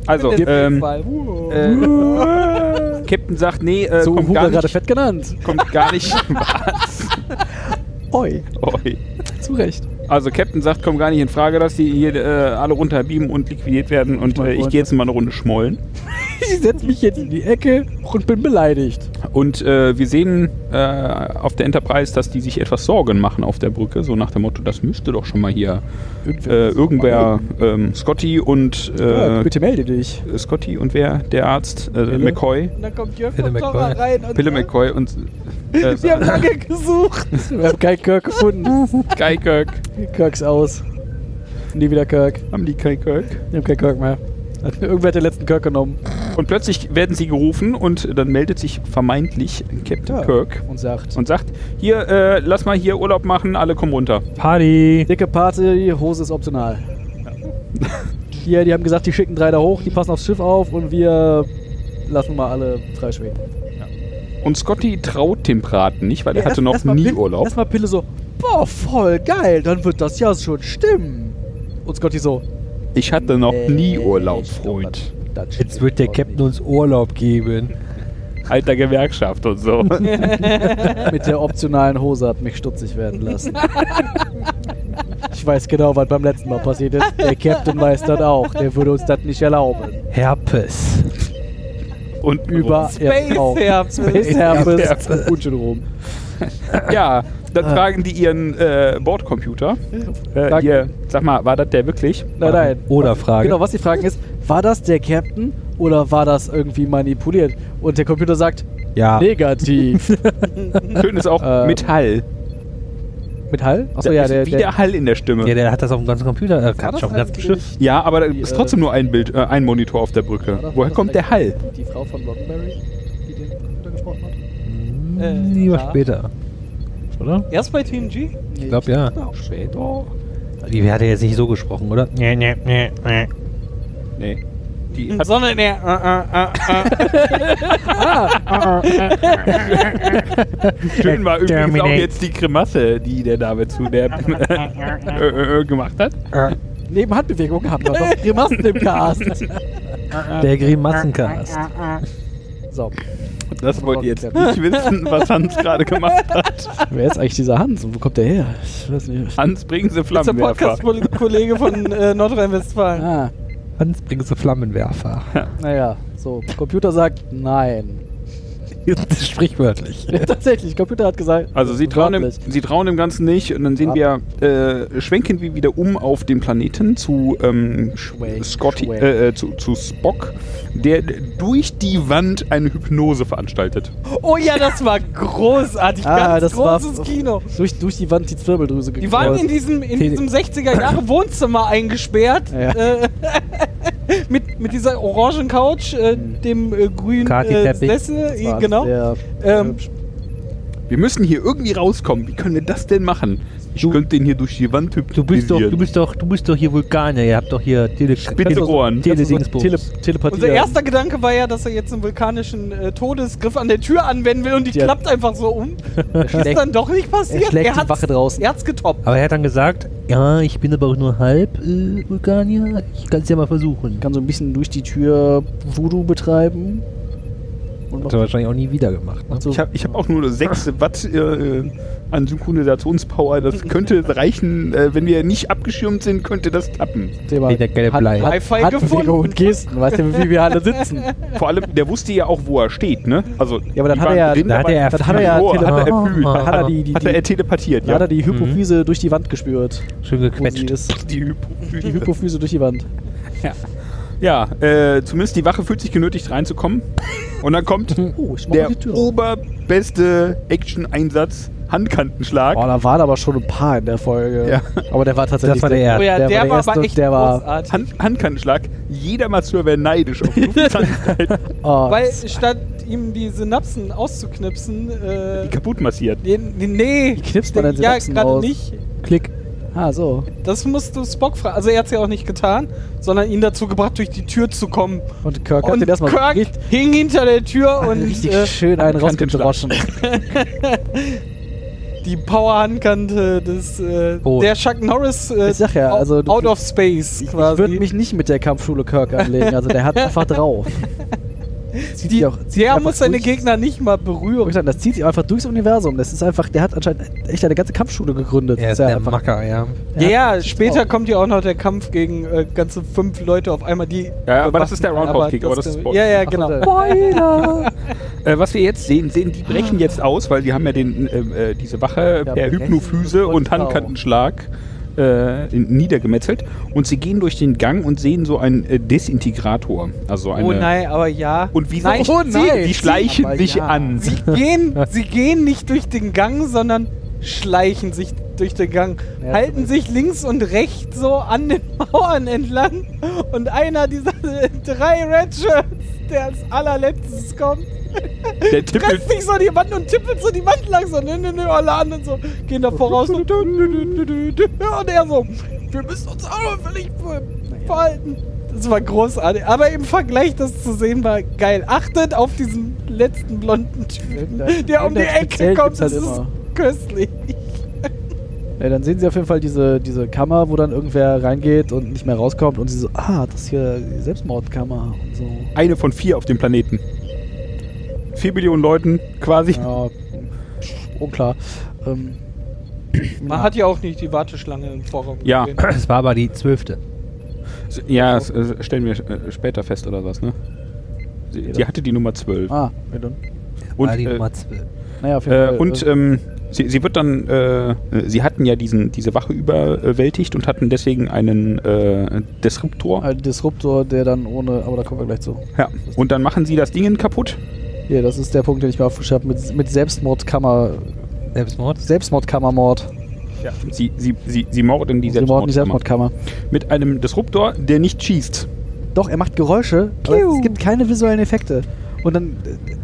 C: Also,
D: Der
C: ähm,
D: Zufall. Wow.
C: äh, Captain sagt, nee, äh,
B: so
C: kommt,
B: Huber
C: gar
B: gerade
C: nicht,
B: fett genannt.
C: kommt gar nicht.
B: Oi,
C: Oi.
B: zu Recht.
C: also Captain sagt, kommt gar nicht in Frage, dass die hier äh, alle runterbeamen und liquidiert werden und äh, ich gehe jetzt mal eine Runde schmollen.
B: Ich setze mich jetzt in die Ecke und bin beleidigt.
C: Und äh, wir sehen äh, auf der Enterprise, dass die sich etwas Sorgen machen auf der Brücke, so nach dem Motto, das müsste doch schon mal hier äh, irgendwer, ähm, Scotty und
B: Ja,
C: äh,
B: bitte melde dich.
C: Scotty und wer, der Arzt, äh,
B: Pille?
C: McCoy,
D: Und dann kommt Jörg
A: Pille
D: von Torra
A: McCoy.
D: rein und
C: Pille
D: sagt,
C: McCoy und äh,
D: Wir haben lange gesucht.
B: Wir haben keinen Kirk gefunden.
C: Guy Kirk.
B: Kirk's aus. Nie wieder Kirk.
C: Haben die keinen Kirk?
B: Wir haben keinen Kirk mehr. Hat- Irgendwer hat den letzten Kirk genommen.
C: Und plötzlich werden sie gerufen und dann meldet sich vermeintlich Captain Kirk
B: Und sagt:
C: und sagt, hier, äh, lass mal hier Urlaub machen, alle kommen runter.
A: Party.
B: Dicke Party, Hose ist optional. Hier, die haben gesagt, die schicken drei da hoch, die passen aufs Schiff auf und wir lassen mal alle drei schweben.
C: Und Scotty traut dem Braten nicht, weil er hatte noch nie Urlaub.
B: Erstmal Pille so: Boah, voll geil, dann wird das ja schon stimmen. Und Scotty so:
C: Ich hatte noch
B: "Nee,
C: nie Urlaub,
B: ich glaub,
C: Freund.
B: das- das
A: Jetzt
B: stimmt
A: wird der
B: doch
A: Captain
B: nicht."
A: uns Urlaub geben.
C: Alter Gewerkschaft und so.
B: Mit der optionalen Hose hat mich stutzig werden lassen. Ich weiß genau, was beim letzten Mal passiert ist. Der Captain weiß das auch. Der würde uns das nicht erlauben.
A: Herpes.
C: Und
B: Über genau.
D: Space Herpes.
B: Space
C: Herpes.
B: Herpes. Gut schon rum.
C: Ja, dann
B: Ah.
C: fragen die ihren äh, Bordcomputer. Äh,
B: Fragen-
C: hier, sag mal, war das der wirklich?
B: Nein, nein.
A: Oder Frage.
B: Genau, was die fragen ist, war das der Captain oder war das irgendwie manipuliert? Und der Computer sagt, Ah.
A: Ja.
B: negativ.
C: Schön ist auch
B: Äh,
C: mit Hall.
B: Mit Hall? Achso,
C: Da
B: ja,
C: ist
B: der,
C: wieder
B: der,
C: Hall in der Stimme.
A: Ja, der hat das auf dem ganzen Computer, äh, hat
D: das
A: schon auf dem ganzen
D: eigentlich-
A: Schiff.
C: Ja, aber da
B: Die,
C: ist
B: äh,
C: trotzdem nur ein Bild, äh, ein Monitor auf der Brücke. Woher kommt der Hall?
B: Die Frau von Roddenberry, die den Computer gesprochen hat? Äh,
A: Hm, Lieber
D: ja.
A: später. Oder?
D: Erst bei Team G.
A: Ich glaube ja.
C: Später.
A: Die hat ja jetzt nicht so gesprochen, oder? Nee, nee, nee, nee.
C: Nee. Die hat,
D: Sondern er. Äh, äh, äh, äh.
C: schön war übrigens auch
A: Terminate.
C: jetzt die Grimasse, die der Dame zu der äh, äh, gemacht hat.
B: Neben Handbewegungen haben wir noch Grimassen im Cast.
A: Der Grimassencast.
B: So.
C: Das wollt ihr jetzt nicht wissen, was Hans gerade gemacht hat.
B: Wer ist eigentlich dieser Hans und wo kommt der her? Ich weiß nicht.
C: Hans, bringen Sie
D: Das ist der
C: Flammenwerfer.
D: Podcast-Kollege von äh, Nordrhein-Westfalen.
B: Ah,
A: Hans, bringst du Flammenwerfer?
B: naja, so. Computer sagt nein.
A: Sprichwörtlich.
B: Tatsächlich, Computer hat gesagt.
C: Also sie trauen, dem,
B: wörtlich.
C: sie trauen dem Ganzen nicht und dann sehen wir, äh, schwenken wir wieder um auf den Planeten zu ähm,
B: Schwenk,
C: Scotty,
B: schwenk.
C: äh, äh, zu, zu Spock, der durch die Wand eine Hypnose veranstaltet.
D: Oh ja, das war großartig.
B: Ah,
D: Ganz
B: das war
D: großes Kino.
B: durch, durch die Wand die Zwirbeldrüse
D: Die waren in diesem, in
A: Tele-
D: diesem 60er-Jahre-Wohnzimmer eingesperrt.
B: Ja.
D: Äh, mit, mit dieser orangen Couch, äh, dem äh, grünen äh,
A: Kaki-Teppich.
D: Sessel.
B: Mhm. Das
D: Äh,
B: war
D: genau.
B: Sehr
D: Ähm,
B: hübsch.
C: Wir müssen hier irgendwie rauskommen. Wie können wir das denn machen? Ich könnte den hier durch die Wand
A: Du
C: hypnotisieren.
A: bist, doch, du, bist doch, du bist doch hier Vulkanier. Ihr habt doch hier Tele
C: Spitze Ohren.
A: Teledingsbums.
B: Tele Telepathie.
D: Unser erster Gedanke war ja, dass er jetzt einen vulkanischen äh, Todesgriff an der Tür anwenden will und die
B: Ja.
D: klappt einfach so um. Ist
B: schlägt-
D: dann doch nicht passiert.
B: er schlägt die
D: hat's-
B: Wache draußen.
D: Er hat's getoppt.
A: Aber er hat dann gesagt, ja, ich bin aber auch nur halb äh, Vulkanier. Ich kann es ja mal versuchen.
B: kann so ein bisschen durch die Tür Voodoo betreiben. Und
A: Hat er wahrscheinlich auch nie wieder gemacht. Ne?
B: so-
C: Ich habe ich hab auch nur 6 Watt äh, äh, an Synchronisationspower. Das könnte reichen, äh, wenn wir nicht abgeschirmt sind, könnte das klappen.
B: Thema
A: Nee, der gelbe Blei.
D: Hi-Fi gefunden.
B: Handbewegung und Gesten, weißt du, wie wir alle sitzen.
C: Vor allem, der wusste ja auch, wo er steht, ne? Also, ja,
B: aber dann hat er ja-
A: Da hat er,
B: Dann hat er ja
C: oh, hat er
B: Tele-
C: erfüllt.
A: Ah,
B: Hat er die, die,
C: Hat er
B: die,
C: telepathiert,
B: hat er
C: ja.
B: die
A: Mhm.
B: Hypophyse durch die Wand gespürt.
A: schön
B: Wo sie
A: gequetscht.
B: ist.
C: Die
B: Die
C: Hypo
B: Hypophyse durch die Wand.
C: ja, äh, zumindest die Wache fühlt sich genötigt reinzukommen. Und dann kommt
B: Oh, ich mach mal
C: der
B: die Tür auf.
C: oberbeste Action-Einsatz, Handkantenschlag.
B: Oh, da waren aber schon ein paar in der Folge.
C: Ja.
B: Aber der war tatsächlich.
A: Das war der erste.
D: Oh ja, der, war, aber
B: erste,
D: echt
B: der war,
D: großartig.
C: Hand Handkantenschlag. Jeder Masseur wäre neidisch auf Lufthansa,
B: oh,
D: Weil statt ihm die Synapsen auszuknipsen, äh,
C: die kaputt massiert.
D: den, den, nee,
B: Wie knipst man denn
D: den- ja,
B: Synapsen
D: gerade
B: aus?
D: nicht.
A: Klick.
B: ah, so.
D: Das musst du Spock fragen. Also er hat's ja auch nicht getan, sondern ihn dazu gebracht, durch die Tür zu kommen.
B: Und Kirk hat
D: Und
B: den erstmal
D: Kirk
B: richtig,
D: hing hinter der Tür und
B: richtig
D: äh,
B: schön einen
C: Handkantenschlag.
B: rausgedroschen.
D: die Powerhandkante des äh,
A: Oh.
D: der Chuck Norris äh,
B: Ich sag ja,
D: out-
B: also du-
D: out of space
B: Ich
D: quasi.
B: würde mich nicht mit der Kampfschule Kirk anlegen, also der hat einfach drauf. Zieht
D: die,
B: die auch- zieht die
D: der
B: einfach
D: muss seine
B: durch.
D: Gegner nicht mal berühren.
B: Wirklich sagen, Das zieht sich einfach durchs Universum. Das ist einfach, der hat anscheinend echt eine ganze Kampfschule gegründet.
A: Er
B: Das
A: ist der
B: einfach-
A: Macker, ja.
D: Ja, ja,
B: das ist
D: später
B: auch-
D: kommt ja auch noch der Kampf gegen äh, ganze fünf Leute auf einmal, die.
C: Ja, aber das ist der Roundhouse-Kick, aber das ist Sport.
D: Ja, ja,
B: Ach,
D: genau.
B: der-
D: Spoiler!
C: Äh, was wir jetzt sehen, sehen, die brechen jetzt aus, weil die haben ja den, ähm, äh, diese Wache
B: Ja,
C: per
B: brechen
C: Hypnophyse
B: und
C: und
B: Bau.
C: Handkantenschlag äh, in- niedergemetzelt. Und sie gehen durch den Gang und sehen so einen äh, Desintegrator. Also eine,
D: oh nein, aber ja.
C: Und wie
D: nein,
C: sie,
D: oh nein!
C: die schleichen
B: Aber
C: sich
B: ja.
C: an.
D: Sie gehen, sie gehen nicht durch den Gang, sondern schleichen sich durch den Gang,
B: Ja,
D: halten sich links und rechts so an den Mauern entlang und einer dieser drei Red Shirts, der als allerletztes kommt,
C: Der tippelt,
D: presst sich so die Wand und tippelt so die Wand lang so, ne, ne, ne, alle anderen so, gehen da voraus und, und er so, wir müssen uns auffällig ver- verhalten. Das war großartig, aber im Vergleich das zu sehen war geil. Achtet auf diesen letzten blonden Typen,
B: Irgendein-
D: der um die
B: irgendein
D: Ecke
B: speziell
D: kommt,
B: gibt's
D: das
B: halt
D: ist
B: immer.
D: köstlich.
B: Ja, dann sehen sie auf jeden Fall diese, diese Kammer, wo dann irgendwer reingeht und nicht mehr rauskommt und sie so, ah, das ist hier die Selbstmordkammer und so.
C: eine von vier auf dem Planeten. Vier Millionen Leuten quasi.
B: Ja, unklar. Ähm,
D: Man hat ja auch nicht die Warteschlange im Vorraum
C: Ja.
D: gesehen.
A: Es war aber die zwölfte.
C: S- Ja, das äh, stellen wir äh, später fest oder was, ne? Sie, die hatte die Nummer 12.
B: ah, ja dann.
C: Und,
A: war die
C: äh,
A: Nummer zwölf.
B: Naja, auf jeden
C: Äh,
B: Fall. also
C: und ähm, sie, sie wird dann, äh, äh, sie hatten ja diesen, diese Wache überwältigt und hatten deswegen einen äh, Disruptor.
B: ein halt Disruptor, der dann ohne, aber da kommen wir gleich zu.
C: ja. Und dann machen sie das Ding kaputt.
B: Hier, das ist der Punkt, den ich mir aufgeschrieben habe, mit, mit Selbstmordkammer,
A: Selbstmord.
B: Selbstmordkammermord.
C: Sie, sie, sie, sie morden die
B: Sie morden die
C: Selbstmordkammer.
B: Selbstmordkammer.
C: Mit einem Disruptor, der nicht schießt.
B: Doch, er macht Geräusche, aber
D: Piu.
B: es gibt keine visuellen Effekte. Und dann,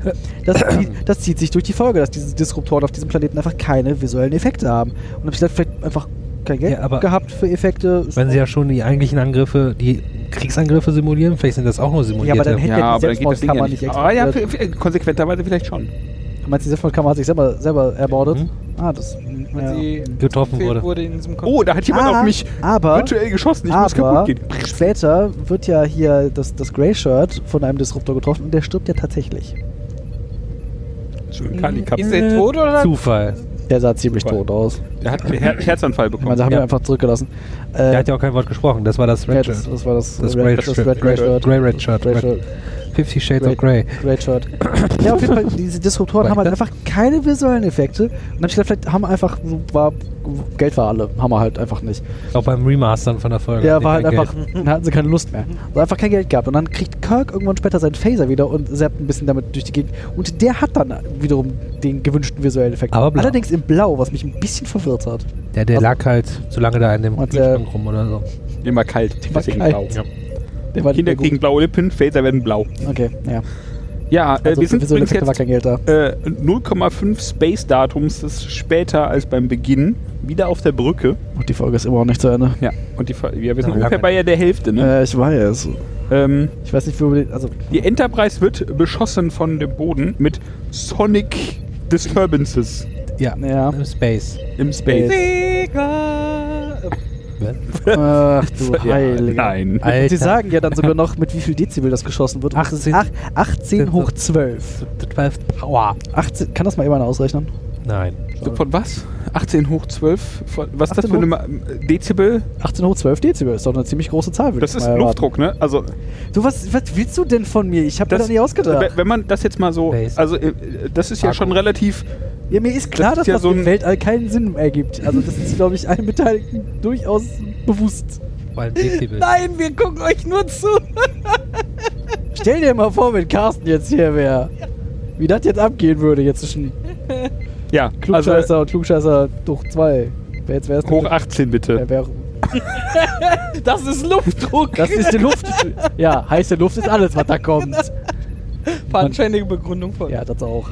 B: äh, das, zieht- das zieht sich durch die Folge, dass diese Disruptoren auf diesem Planeten einfach keine visuellen Effekte haben. Und hab ich dann vielleicht einfach kein Geld
A: Ja, aber-
B: gehabt für Effekte.
A: Wenn sie ja schon die eigentlichen Angriffe, die Kriegsangriffe simulieren, vielleicht sind das auch nur Äh, simulierte.
B: Ja, aber dann hätte ja, die Selbstmordkammer nicht
C: Ah ja,
B: explodiert.
C: f- f- konsequenterweise vielleicht schon.
B: Du meinst, die Selbstmordkammer hat sich selber, selber ermordet?
A: Mhm.
B: Ah, das... Ja.
D: Sie
A: Getroffen
D: gefehlt
A: wurde.
D: wurde in diesem
C: Oh, da hat jemand
B: Ah,
C: auf mich
B: aber-
C: virtuell geschossen. Ich muss
B: aber
C: kaputt gehen.
B: später wird ja hier das, das Grey Shirt von einem Disruptor getroffen und der stirbt ja tatsächlich.
C: Schön Kalikap.
D: Ist er tot oder?
A: Zufall.
B: Der sah ziemlich
C: Super.
B: tot aus.
C: Der hat einen Her Herzanfall bekommen.
B: Also haben
A: Ja.
B: wir einfach zurückgelassen. Äh,
A: Der hat ja auch kein Wort gesprochen. Das war das
B: ja,
A: Red
B: das,
A: Shirt.
B: das war das,
A: Das
B: Red-
A: Grey
B: das
A: Shirt.
B: Red, Grey Shirt.
A: Grey Red Shirt.
B: Grey
A: Red-
B: Shirt.
A: Fifty Shades of
B: Grey-
A: Grey.
B: Grey Shirt. ja, auf jeden Fall, diese Disruptoren haben halt einfach keine visuellen Effekte. Und dann hab ich gedacht, vielleicht haben einfach, so war, Geld war alle, haben wir halt einfach nicht.
A: Auch beim Remastern von der Folge. hatten
B: Ja,
A: die
B: war halt
A: kein
B: einfach, dann hatten sie keine Lust mehr. Hat einfach kein Geld gehabt. Und dann kriegt Kirk irgendwann später seinen Phaser wieder und zappt ein bisschen damit durch die Gegend. Und der hat dann wiederum den gewünschten visuellen Effekt.
A: Aber blau.
B: Allerdings in Blau, was mich ein bisschen verwirrt hat.
A: Geld. Der, der lag halt so lange da in dem
B: Und der-
A: Kühlschrank rum oder so.
C: Immer kalt. Deswegen
B: kalt.
C: blau. Ja.
B: Der war
C: Kinder
B: der gut.
C: kriegen blaue Lippen, Väter werden blau.
B: Okay, ja.
C: Ja, äh,
B: Also
C: wir
B: für
C: sind
B: visuelle
C: übrigens
B: Effekte war
C: jetzt
B: kein Geld da.
C: äh, 0,5 Space-Datums, das ist später als beim Beginn, wieder auf der Brücke.
B: Und die Folge ist immer noch nicht zu Ende.
C: Ja, und die, Fa- ja, wir
A: Ja,
C: sind ungefähr
A: lange.
C: bei der Hälfte, ne?
B: Äh, ich weiß.
C: Ähm,
B: Ich weiß nicht, wie wir den, also
C: die Enterprise wird beschossen von dem Boden mit Sonic Disturbances
A: Ja,
B: Ja.
A: im Space.
C: im Space.
B: Ach du
C: Ja,
B: Heilige.
C: nein.
B: Und
A: Alter.
B: sie sagen ja dann sogar noch, mit wie viel Dezibel das geschossen wird. Und das ist
A: 18.
B: ach- 18 hoch 12.
A: 12 Power.
B: 18, kann das mal jemand ausrechnen?
A: Nein.
C: So, von was? 18 hoch 12? Von, was ist das
B: 18
C: für eine
B: hoch?
C: Ma- Dezibel?
B: 18 hoch 12 Dezibel ist doch eine ziemlich große Zahl, würde
C: Das
B: ich
C: ist
B: mal erwarten.
C: Luftdruck, ne? Also
B: Du, was, was willst du denn von mir? Ich habe mir das nicht
C: Wenn-
B: ausgedacht.
C: Wenn man das jetzt mal so,
A: Space.
C: also äh, das ist ja
A: Akku.
C: schon relativ,
B: Ja, mir ist klar,
C: das
B: dass
C: ist ja
B: das
C: so
B: im
C: ein-
B: Weltall keinen Sinn ergibt. Also das ist, glaube ich, allen Beteiligten durchaus bewusst.
A: Weil Dezibel.
D: Nein, wir gucken euch nur zu.
B: Stell dir mal vor, wenn Carsten jetzt hier wäre. Wie das jetzt abgehen würde, jetzt zwischen
C: ja,
B: Klugscheißer
C: also
B: und Klugscheißer durch 2. Wer jetzt wär's?
C: hoch 18 bitte.
B: Wer, wer,
D: Das ist Luftdruck.
B: das ist die Luft. ja, heiße Luft ist alles, was da kommt.
C: Genau.
D: Fadenscheinige Begründung von.
B: Ja, das auch.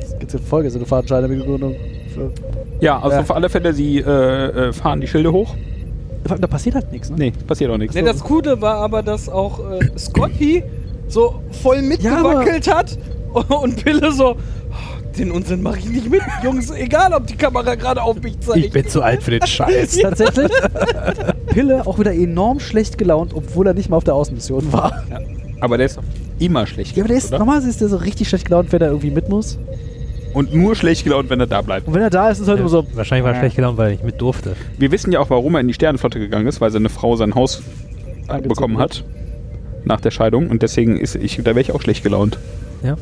B: Es gibt eine Folge, so eine fadenscheinige Begründung. Für-
C: Ja, also
B: Ja.
C: auf alle Fälle, sie äh, äh, fahren die Schilde hoch.
B: Vor allem, Da passiert halt nichts, ne?
C: Nee, passiert auch nichts.
D: Nee, das Coole war aber, dass auch äh, Scotty so voll mitgewackelt hat und Pille so, "Oh, den Unsinn mache ich nicht mit, Jungs, egal ob die Kamera gerade auf mich zeigt.
A: Ich bin zu alt für den Scheiß.
B: Tatsächlich. Pille auch wieder enorm schlecht gelaunt, obwohl er nicht mal auf der Außenmission war.
C: Aber der ist doch immer schlecht
B: Ja, aber der ist,
C: oder?
B: normalerweise ist der so richtig schlecht gelaunt, wenn er irgendwie mit muss.
C: Und nur schlecht gelaunt, wenn er da bleibt.
B: Und wenn er da ist, ist er halt immer so.
A: Wahrscheinlich war er schlecht gelaunt, weil er nicht mit durfte.
C: Wir wissen ja auch, warum er in die Sternenflotte gegangen ist, weil seine Frau sein Haus
B: Angezogen
C: bekommen
B: wird.
C: hat nach der Scheidung und deswegen ist ich, da wäre ich auch schlecht gelaunt.
A: Ja.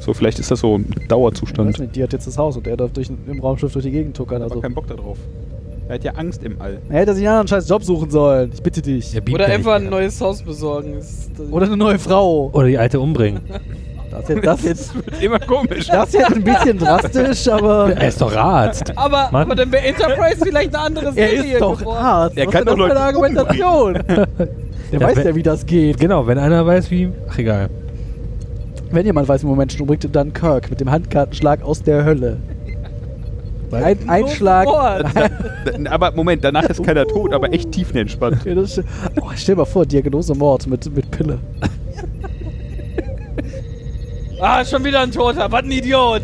C: So, vielleicht ist das so ein
B: Ich weiß
C: Dauerzustand.
B: nicht, die hat jetzt das Haus und er darf durch, im Raumschiff durch die Gegend tuckern.
C: Ich
B: Also.
C: habe keinen Bock darauf. Er hat ja Angst im All.
B: Er hätte sich einen anderen scheiß Job suchen sollen. Ich bitte dich.
A: Er beamt
D: Oder
A: ja
D: einfach
A: nicht
D: ein
A: mehr.
D: neues Haus besorgen. Das ist-
B: Oder eine neue Frau.
A: Oder die alte umbringen.
B: Das jetzt, das jetzt,
C: Immer komisch.
B: das jetzt ein bisschen drastisch, aber.
A: er ist doch Arzt.
D: aber,
A: Mann.
D: aber dann wäre Enterprise vielleicht eine andere
B: Er
D: Serie
B: ist doch
D: geworden.
B: Arzt.
C: Er
B: Was
C: kann
B: ist das
C: doch
B: für eine
C: Leute
B: Argumentation. Der
A: Ja,
B: weiß
A: wenn-
B: ja, wie das geht.
A: Genau, wenn einer weiß, wie. Ach, egal.
B: Wenn jemand weiß, wie man Menschen umbringt, dann Kirk mit dem Handkartenschlag aus der Hölle. Ein, ein Schlag.
D: Sofort.
C: Aber Moment, danach ist keiner tot, aber echt tiefenentspannt.
B: Ja, das ist- Oh, stell dir mal vor, Diagnose Mord mit, mit Pille.
D: Ah, schon wieder ein Toter, was ein Idiot.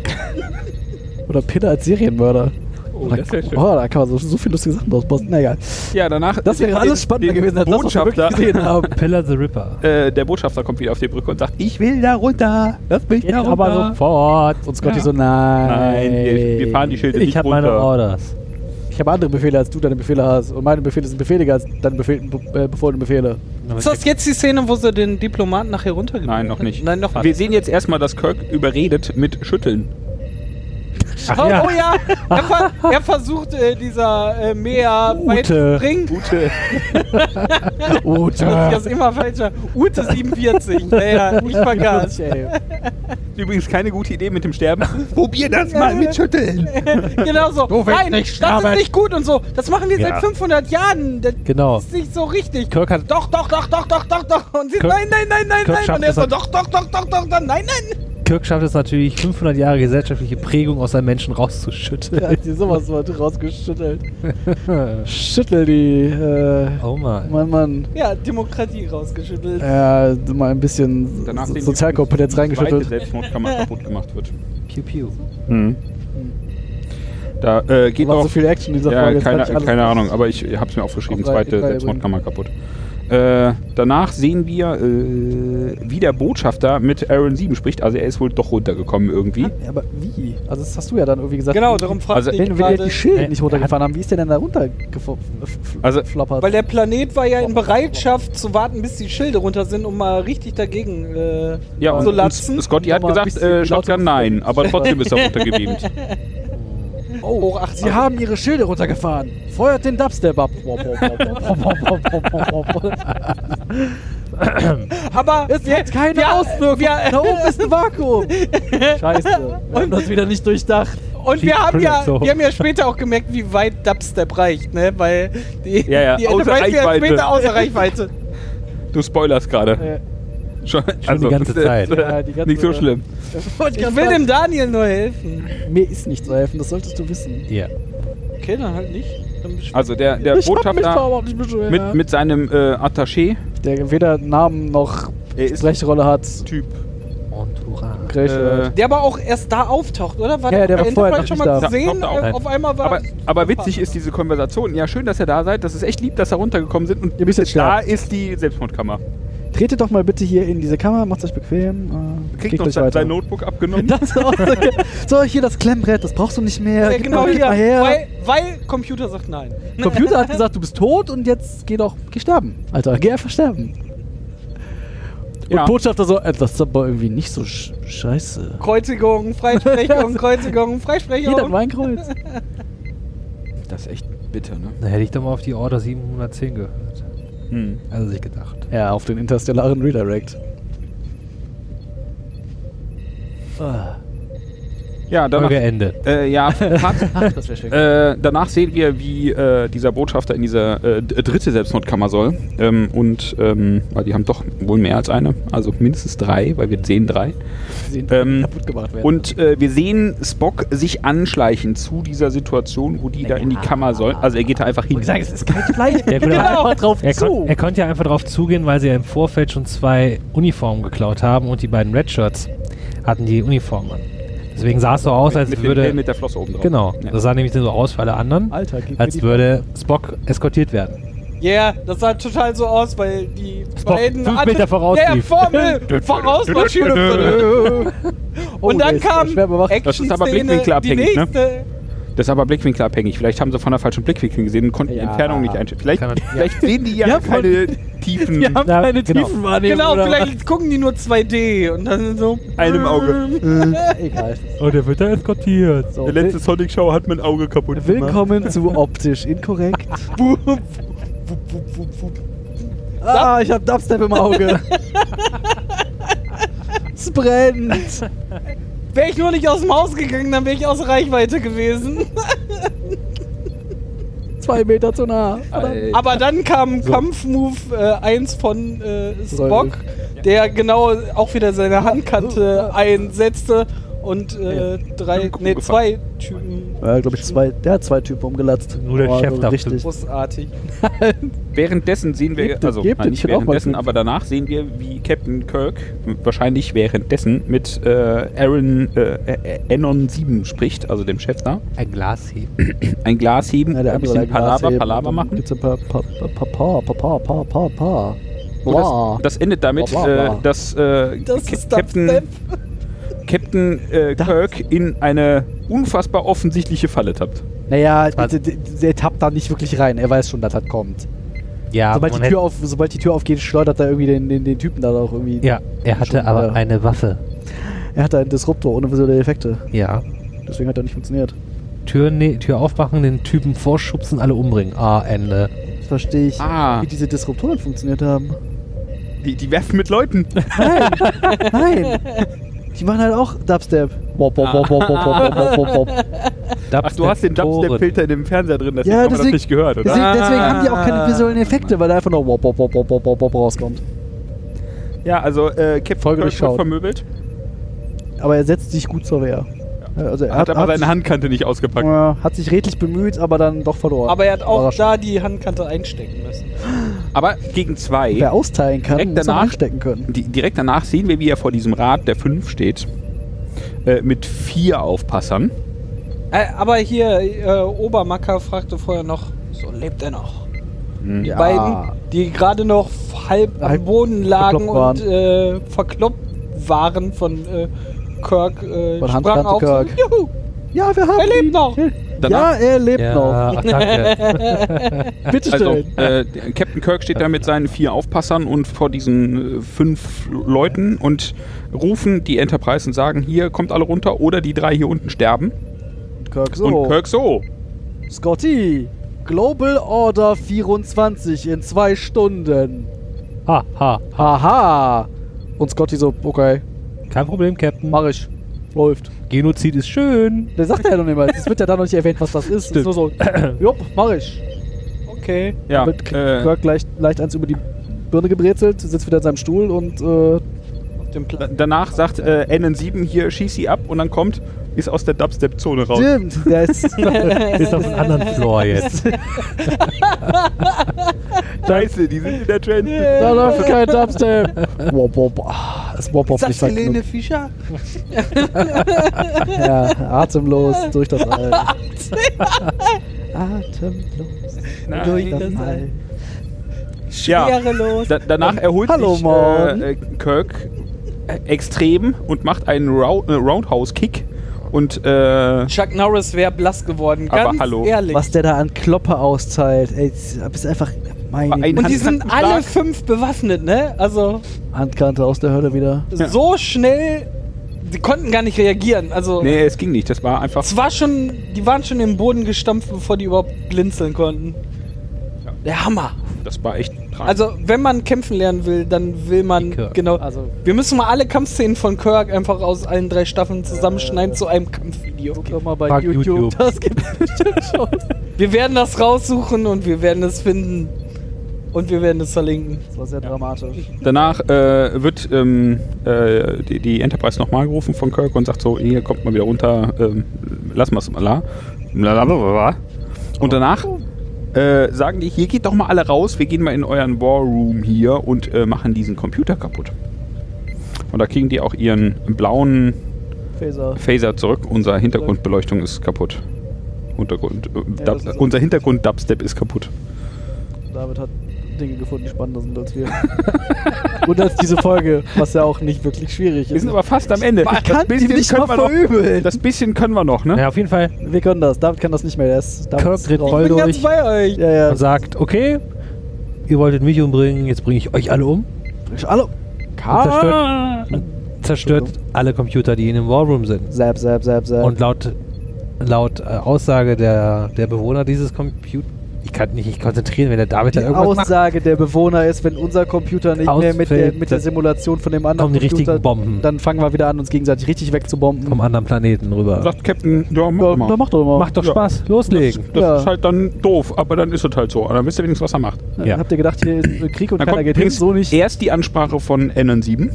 B: Oder Pille als Serienmörder.
C: Oh,
B: da,
C: das wär schön.
B: oh, da kann man so, so viele lustige Sachen draus basteln. Na egal.
C: Ja, danach.
B: Das wäre alles spannender gewesen, als das, was wir
C: Botschafter.
B: wirklich gesehen haben.
A: Pillar the Ripper.
C: äh, der Botschafter kommt wieder auf die Brücke und sagt: Ich will da runter. Lass mich da runter.
A: aber sofort.
B: Und Scotty so, nein.
C: Nein, wir, wir fahren die Schilde
A: Ich
C: nicht
A: habe
C: runter.
A: meine Orders.
B: Ich habe andere Befehle, als du deine Befehle hast. Und meine Befehle sind Befehle, als deine Befehl, äh, befohlene Befehle.
D: Ist das jetzt die Szene, wo sie den Diplomaten nachher runtergenommen
C: Nein, noch nicht.
D: Nein, noch
C: Wir sehen jetzt erstmal, dass Kirk überredet mit Schütteln.
A: Ach,
D: Oh,
A: ja.
D: oh ja, er, ver er versucht äh, dieser äh, Mea beizubringen.
C: Gute.
A: Äh.
D: Das ist immer falscher. Ute 47. Naja, ich vergaß.
C: Übrigens keine gute Idee mit dem Sterben. Probier das mal mit Schütteln.
D: genau so.
B: Du willst
D: Nein,
B: nicht
D: das
B: sterben.
D: ist nicht gut und so. Das machen wir
A: Ja.
D: seit 500 Jahren. Das
A: Genau.
D: ist nicht so richtig.
A: Kirk hat-
D: Doch, doch, doch, doch, doch, doch, doch. Und sie,
A: Kirk-
D: nein, nein, nein, nein,
A: Kirk
D: nein.
A: schafft
D: Und er
A: es
D: so,
A: halt-
D: doch, doch, doch, doch, doch, doch, nein, nein.
A: Kirk schafft es natürlich, 500 Jahre gesellschaftliche Prägung aus seinen Menschen
B: Er
A: rauszuschütteln.
B: hat dir sowas mal rausgeschüttelt. Schüttel die. Äh,
A: oh man.
B: Mann, Mann.
D: Ja, Demokratie rausgeschüttelt.
B: Ja, mal ein bisschen so Sozialkompetenz
C: Die
B: reingeschüttelt.
C: Selbstmordkammer kaputt gemacht wird.
A: Piu, piu.
C: Hm. Da äh, geht
B: war
C: auch.
B: so viel Action in dieser
C: ja,
B: Folge. jetzt kann
C: keine,
B: ich alles-
C: keine Ahnung, aber ich hab's mir aufgeschrieben.
B: Auf drei-
C: Zweite
B: drei
C: Selbstmordkammer kaputt. Äh, danach sehen wir, äh, wie der Botschafter mit Aaron 7 spricht. Also er ist wohl doch runtergekommen irgendwie.
B: Aber wie? Also das hast du ja dann irgendwie gesagt.
D: Genau,
B: wie-
D: darum fragt
C: Also,
D: ich
B: Wenn wir
D: gerade.
B: die Schilde nicht
A: Äh,
B: runtergefahren haben, wie ist der denn da runtergefloppert?
C: Also-
D: Weil der Planet war ja in Bereitschaft zu warten, bis die Schilde runter sind, um mal richtig dagegen äh,
C: Ja, und,
D: zu
C: und
D: latzen. Genau.
C: Scotty hat
B: Nochmal ein
C: gesagt,
B: bisschen
C: äh,
B: lauter
C: Shotgun nein, aber trotzdem ist er runtergebeamt.
D: oh, hoch 80.
B: Sie haben ihre Schilde runtergefahren. Feuert den Dubstep ab. Wop, wop, wop, wop, wop, wop, wop, wop.
D: Aber
B: es
D: wir-
B: hat keine
D: wir-
B: Auswirkung.
D: wir-
B: da oben ist ein Vakuum. Scheiße. Wir haben das wieder nicht durchdacht.
D: Und wir
A: Cheap
D: haben, ja,
A: Trick, so.
D: wir haben ja später auch gemerkt, wie weit Dubstep reicht, ne? Weil die,
C: Ja, ja,
D: die
C: außer
D: Ende reicht ja
C: Reichweite.
D: später außer Reichweite.
C: Du spoilerst gerade.
B: Äh,
C: Schon,
A: Also die ganze
C: das-
A: Zeit.
C: das-
B: Ja, die ganze-
C: nicht so schlimm.
B: wollte
D: Ich
B: grad
D: will
B: sagen,
D: dem Daniel nur helfen.
B: Mir ist nicht zu helfen, das solltest du wissen.
A: Ja.
D: Okay, dann halt nicht. Dann besch-
C: Also der, der
B: ich hab mich da
C: Botschafter
B: überhaupt nicht beschwert.
C: mit, mit seinem äh, Attaché,
B: der weder Namen noch
C: Er ist-
B: Sprechrolle hat.
C: Typ,
A: Entourage.
B: Größe.
C: äh,
D: der aber auch erst da auftaucht, oder? War
B: Also- Ja, der war
D: Enterprise
B: vorher noch
D: schon
B: nicht
D: mal
B: da.
D: zu sehen?
C: Ja, taucht er
A: auf.
D: auf einmal war.
C: Aber, aber witzig ist diese Konversation. Ja, schön, dass ihr da seid. Das ist echt lieb, dass ihr runtergekommen sind. Und
B: Ihr müsst jetzt
C: da
B: sterben.
C: ist die Selbstmordkammer.
B: Tretet doch mal bitte hier in diese Kammer, macht euch bequem. Äh,
C: Kriegt
B: geht
C: noch
B: euch
C: sein,
B: weiter.
C: sein Notebook abgenommen.
B: Das auch so, so, hier das Klemmbrett, das brauchst du nicht mehr.
D: ja,
B: Gib
D: genau
B: mal, gib
D: hier.
B: mal her.
D: Weil, weil Computer sagt nein.
B: Computer hat gesagt, du bist tot und jetzt geh doch, geh sterben. Alter, geh einfach sterben.
C: Ja.
B: Und Botschafter so, äh, das ist aber irgendwie nicht so sch scheiße.
D: Kreuzigung, Freisprechung, Kreuzigung, Freisprechung.
B: Jeder mein Kreuz.
C: Das ist echt bitter, ne?
A: Da hätte ich doch mal auf die Order 710 gehört.
C: Hm.
A: Also sich gedacht.
B: Ja, auf den interstellaren Redirect. Ah,
C: Ja, danach,
A: Folge Ende.
C: äh, ja, Fazit.
B: das wäre schön.
C: Äh, danach sehen wir, wie äh, dieser Botschafter in diese äh, d- dritte Selbstmordkammer soll. Ähm, und, ähm, weil die haben doch wohl mehr als eine, also mindestens drei, weil wir sehen drei.
B: Sehen,
C: ähm,
B: kaputt gemacht werden.
C: Und äh, wir sehen Spock sich anschleichen zu dieser Situation, wo die da in die Kammer sollen. Also er geht da einfach hin.
B: ich sage, es ist kein Fleisch.
A: Der
B: Geh
A: Genau.
B: einfach drauf
A: Er,
B: zu.
A: kon er konnte ja einfach drauf zugehen, weil sie ja im Vorfeld schon zwei Uniformen geklaut haben und die beiden Redshirts hatten die Uniformen an. Deswegen sah es so aus, als
C: mit dem
A: würde.
C: Helm mit der Flosse oben drauf.
A: Genau,
C: Ja.
A: das sah nämlich so aus für alle anderen,
B: Alter, gib mir
A: als
B: die-
A: würde Spock eskortiert werden.
D: Ja, yeah, das sah total so aus, weil die
A: Spock fünf
D: hatten-
A: Meter voraus
D: Ja, ja,
A: lief.
D: Formel vorausmarschiert. Und
B: der
D: dann
B: ist schwer
D: kam
B: bewacht.
C: Das ist aber
D: Action-Szene, die
C: blickwinkelabhängig, ne?
D: nächste.
C: Das ist aber blickwinkelabhängig. Vielleicht haben sie von der falschen Blickwinkel gesehen und konnten die
B: Ja.
C: Entfernung nicht einschätzen. Vielleicht,
A: Kann man-
C: vielleicht sehen die ja,
B: Ja, von-
C: keine tiefen
B: Wir haben
A: Ja,
B: keine
A: genau.
B: Tiefenwahrnehmung.
D: Genau,
B: oder
D: vielleicht gucken die nur 2D und dann so.
C: einem Auge.
B: was? Egal.
A: Und er Oh, wird da eskortiert.
B: So,
C: Die letzte Sonic Show hat mein Auge kaputt gemacht.
B: Willkommen zu Optisch Inkorrekt.
D: Wup, wup, wup, wup, wup.
B: ah, ich hab Dubstep im Auge. Es brennt.
D: Wäre ich nur nicht aus dem Haus gegangen, dann wäre ich aus Reichweite gewesen.
B: Zwei Meter zu nah.
C: Äh,
B: Verdammt.
D: Aber dann kam Kampfmove äh, 1 von äh,
B: Soll-
D: Spock, der genau auch wieder seine Handkante einsetzte und äh, drei,
C: Kuchen
D: nee,
C: gefangen.
D: zwei Typen.
B: Ja, glaube ich, zwei, der hat zwei Typen umgelatzt.
A: Nur der
B: Boah,
A: Chef
B: so
A: darf
B: Richtig.
D: Großartig.
C: Währenddessen sehen wir,
B: Gebt den-
C: also
B: gebt
C: nein,
B: den,
C: nicht
B: ich will auch mal
C: währenddessen,
B: fünf.
C: aber danach sehen wir, wie Captain Kirk wahrscheinlich währenddessen mit äh, Aaron äh, Enon 7 spricht, also dem Chef da.
A: Ein Glas hier.
C: Ein Glas heben,
B: Ja, der
C: ein
B: andere
C: bisschen
B: da Glas
C: Palaver,
B: heben,
C: Palaver
B: dann
C: machen.
B: Gibt's ein paar, paar, paar, paar, paar, paar, paar, paar.
C: Und das, das endet damit,
B: Bla, bla, bla.
C: Äh, dass äh,
D: Das
C: Ca-
D: ist
C: Captain,
D: Dubstep.
C: Captain äh, Kirk in eine unfassbar offensichtliche Falle tappt.
B: Naja,
A: war-
B: der, der- der tappt da nicht wirklich rein. Er weiß schon, dass das kommt.
A: Ja,
B: sobald,
A: man
B: die Tür
A: hätte-
B: auf, sobald die Tür aufgeht, schleudert er irgendwie den, den, den Typen da auch irgendwie.
A: ja, er hatte
B: Schon,
A: aber
B: ja.
A: eine Waffe.
B: Er hat da einen Disruptor ohne visuelle Effekte.
A: Ja.
B: Deswegen hat er nicht funktioniert.
A: Tür, ne, Tür aufmachen, den Typen vorschubsen, alle umbringen. Ah, Ende.
B: Jetzt verstehe ich,
C: Ah.
B: wie diese Disruptoren funktioniert haben.
C: Die, die werfen mit Leuten.
B: Nein, nein. Die machen halt auch Dubstep. Wop, wop, wop, wop, wop, wop, wop, wop, wop.
C: Ach, du hast den Dubstep-Filter in dem Fernseher drin, deswegen
B: Ja,
C: haben wir das
B: deswegen-
C: nicht gehört, oder?
B: Deswegen, deswegen haben die auch keine visuellen Effekte, weil da einfach nur wop, wop, wop, wop, wop, wop rauskommt.
C: Ja, also äh, Captain
B: Folge
C: Kirk wird
B: durchschaut.
C: vermöbelt.
B: Aber er setzt sich gut zur Wehr. Also er
C: Hat, aber
B: hat,
C: seine Handkante nicht ausgepackt.
B: ja, hat sich redlich bemüht, aber dann doch verloren.
D: Aber er hat auch
B: Überraschend.
D: da die Handkante einstecken müssen.
C: Aber gegen zwei,
B: Wer austeilen kann,
C: Direkt
B: muss er
C: danach-
B: anstecken können.
C: di direkt danach sehen wir, wie er vor diesem Rad der fünf steht. Äh, mit vier Aufpassern.
D: Äh, aber hier, äh, Obermacker fragte vorher noch, so lebt er noch.
B: Mhm. Ja.
D: beiden, die gerade noch halb am
B: Halb
D: Boden lagen
B: verkloppt
D: und äh, verkloppt waren von äh, Kirk, äh,
B: Von Hans
D: sprangen
B: Dante
D: auf. so,
B: Kirk.
D: Juhu,
B: Ja, wir haben
D: er lebt
B: ihn.
D: noch.
B: Ja, er lebt
A: Ja, ach, danke.
B: noch. Bitte
C: Also,
B: schön.
C: äh, der Captain Kirk steht da mit seinen vier Aufpassern und vor diesen äh, fünf Leuten und rufen die Enterprise und sagen, hier kommt alle runter oder die drei hier unten sterben.
B: Kirk so.
C: Und Kirk so.
B: Scotty, Global Order 24 in zwei Stunden.
A: ha, ha.
B: Haha. Und Scotty so, okay,
A: Kein Problem, Captain.
B: mach ich. Läuft.
A: Genozid ist schön.
B: Der sagt er ja noch nicht mal. Es wird ja da noch nicht erwähnt, was das ist. Es Ist nur so, jupp, mach ich. Okay.
C: Ja,
B: Wird
C: äh,
B: Kirk leicht, leicht eins über die Birne gebrezelt, sitzt wieder in seinem Stuhl und äh,
D: Auf dem
C: da-
D: Plan.
C: danach sagt äh, NN7 hier, schieß sie ab und dann kommt, ist aus der Dubstep-Zone raus.
B: stimmt, der ist,
A: Ist auf einem anderen Floor jetzt.
C: Scheiße, die sind in der Trend.
B: da läuft kein Dubstep. Wop, wop. Ah, Es wop, wop nicht sagt
D: Sagt Helene Fischer?
B: genug. Ja, atemlos durch das All. atemlos durch das All.
C: Ja,
D: Schwerelos.
C: da, danach erholt
B: Hallo,
C: sich
B: Morgen.
C: äh, äh, Kirk äh, extrem und macht einen Rou äh, Roundhouse-Kick und äh,
D: Chuck Norris wäre blass geworden.
C: Aber
D: Ganz
C: hallo.
D: ehrlich.
B: Was der da an Klopper austeilt. Ey, du bist einfach meine
C: Ein-
D: und die
C: Hand-
D: sind
C: Hand-
D: alle
C: Schlag.
D: fünf bewaffnet, ne? Also
B: Handkante aus der Hölle wieder.
D: so schnell, die konnten gar nicht reagieren. Also
C: nee, es ging nicht, das war einfach
D: es war schon, die waren schon im Boden gestampft, bevor die überhaupt blinzeln konnten.
C: Ja.
D: Der Hammer.
C: Das war echt tragisch.
D: Also wenn man kämpfen lernen will, dann will man
A: Wie Kirk.
D: genau.
B: Also-
D: wir müssen mal alle Kampfszenen von Kirk einfach aus allen drei Staffeln zusammenschneiden zu einem Kampfvideo.
B: Guck doch mal bei
A: Fuck
B: YouTube.
A: YouTube.
B: Das gibt bestimmt schon.
D: Wir werden das raussuchen und wir werden es finden und wir werden es verlinken.
B: Das war sehr dramatisch.
C: Danach äh, wird ähm, äh, die, die Enterprise nochmal gerufen von Kirk und sagt so, hier kommt mal wieder runter, ähm, lass mal's mal la. Blablabla. Und danach äh, sagen die, hier geht doch mal alle raus, wir gehen mal in euren War Room hier und äh, machen diesen Computer kaputt. Und da kriegen die auch ihren blauen
B: Phaser.
C: Phaser zurück. Unser Hintergrundbeleuchtung ist kaputt. Untergrund, äh,
B: Ja,
C: Dub,
B: das ist auch-
C: unser Hintergrund-Dubstep ist kaputt.
B: David hat Dinge gefunden, die spannender sind als wir. Und als diese Folge, was ja auch nicht wirklich schwierig
C: Wir
B: ist.
C: sind aber fast am Ende.
B: Man kann die nicht mal
C: noch,
B: verübeln.
C: das bisschen können wir noch, ne?
A: Naja, auf jeden Fall.
B: wir können das. David kann das nicht mehr. Der ist David
A: Kirk
B: ist
A: dreht
B: raus.
A: voll
D: bin ganz
A: durch
D: bei euch.
B: Ja, ja.
A: und sagt, okay, ihr wolltet mich umbringen, jetzt bringe ich euch alle um.
B: Hallo.
A: Und zerstört, zerstört alle Computer, die in dem Warroom sind.
B: Zap, zap, zap, zap.
A: Und laut, laut äh, Aussage der, der Bewohner dieses Computer, ich kann mich nicht konzentrieren, wenn der David da
B: die
A: irgendwas macht,
B: Aussage der Bewohner ist, wenn unser Computer nicht mehr mit der,
A: Ausfällt,
B: mit der
A: dann
B: Simulation von dem anderen
A: kommen die richtigen
B: Computer,
A: Bomben
B: dann fangen wir wieder an, uns gegenseitig richtig wegzubomben.
A: vom anderen Planeten rüber.
C: Sagt Captain, ja, mach
B: oh, ja,
C: mal.
B: na, mach doch mal.
A: Macht doch
C: Ja.
A: Spaß,
C: das
A: loslegen.
C: das
B: Ja.
C: ist halt dann doof, aber dann ist es halt so. Dann wisst ihr wenigstens, was er macht.
B: Dann
A: Ja.
B: Äh, Habt ihr gedacht, hier ist Krieg und
C: Dann
B: keiner geht hin?
C: übrigens
B: So nicht.
C: erst die Ansprache von NN7.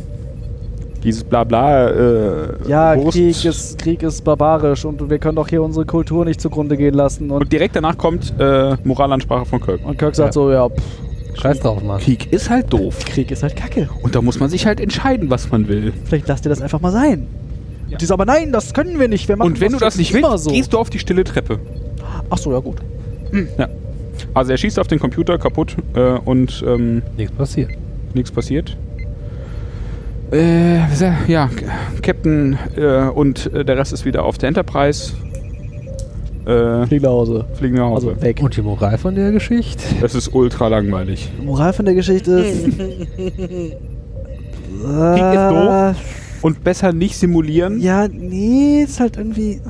C: Dieses Blabla. Äh,
B: Ja,
C: Wurst.
B: Krieg ist, Krieg ist barbarisch und wir können doch hier unsere Kultur nicht zugrunde gehen lassen. Und,
C: Und direkt danach kommt äh, Moralansprache von Kirk.
B: und Kirk sagt
A: Ja.
B: so, ja, pff,
A: Scheiß drauf, Mann.
C: Krieg ist halt doof.
B: Krieg ist halt Kacke.
C: Und da muss man sich halt entscheiden, was man will.
B: Vielleicht lasst ihr das einfach mal sein.
C: Ja.
B: Und die sagen, aber nein, das können wir nicht. Wir machen
C: Und wenn du das
B: schon
C: nicht
B: immer
C: willst,
B: so.
C: gehst du auf die stille Treppe.
B: Ach so, ja gut.
C: Also er schießt auf den Computer kaputt äh, und ähm,
A: Nichts passiert.
C: nichts passiert. Äh, sehr- ja, K- Captain äh, und äh, der Rest ist wieder auf der Enterprise. Äh,
B: Flieg nach Hause.
C: fliegen nach Hause.
B: Also weg.
A: Und die Moral von der Geschichte?
C: Das ist ultra langweilig.
B: Moral von der Geschichte ist... Krieg
C: doof. Und besser nicht simulieren.
B: Äh, Ja, nee, ist halt irgendwie...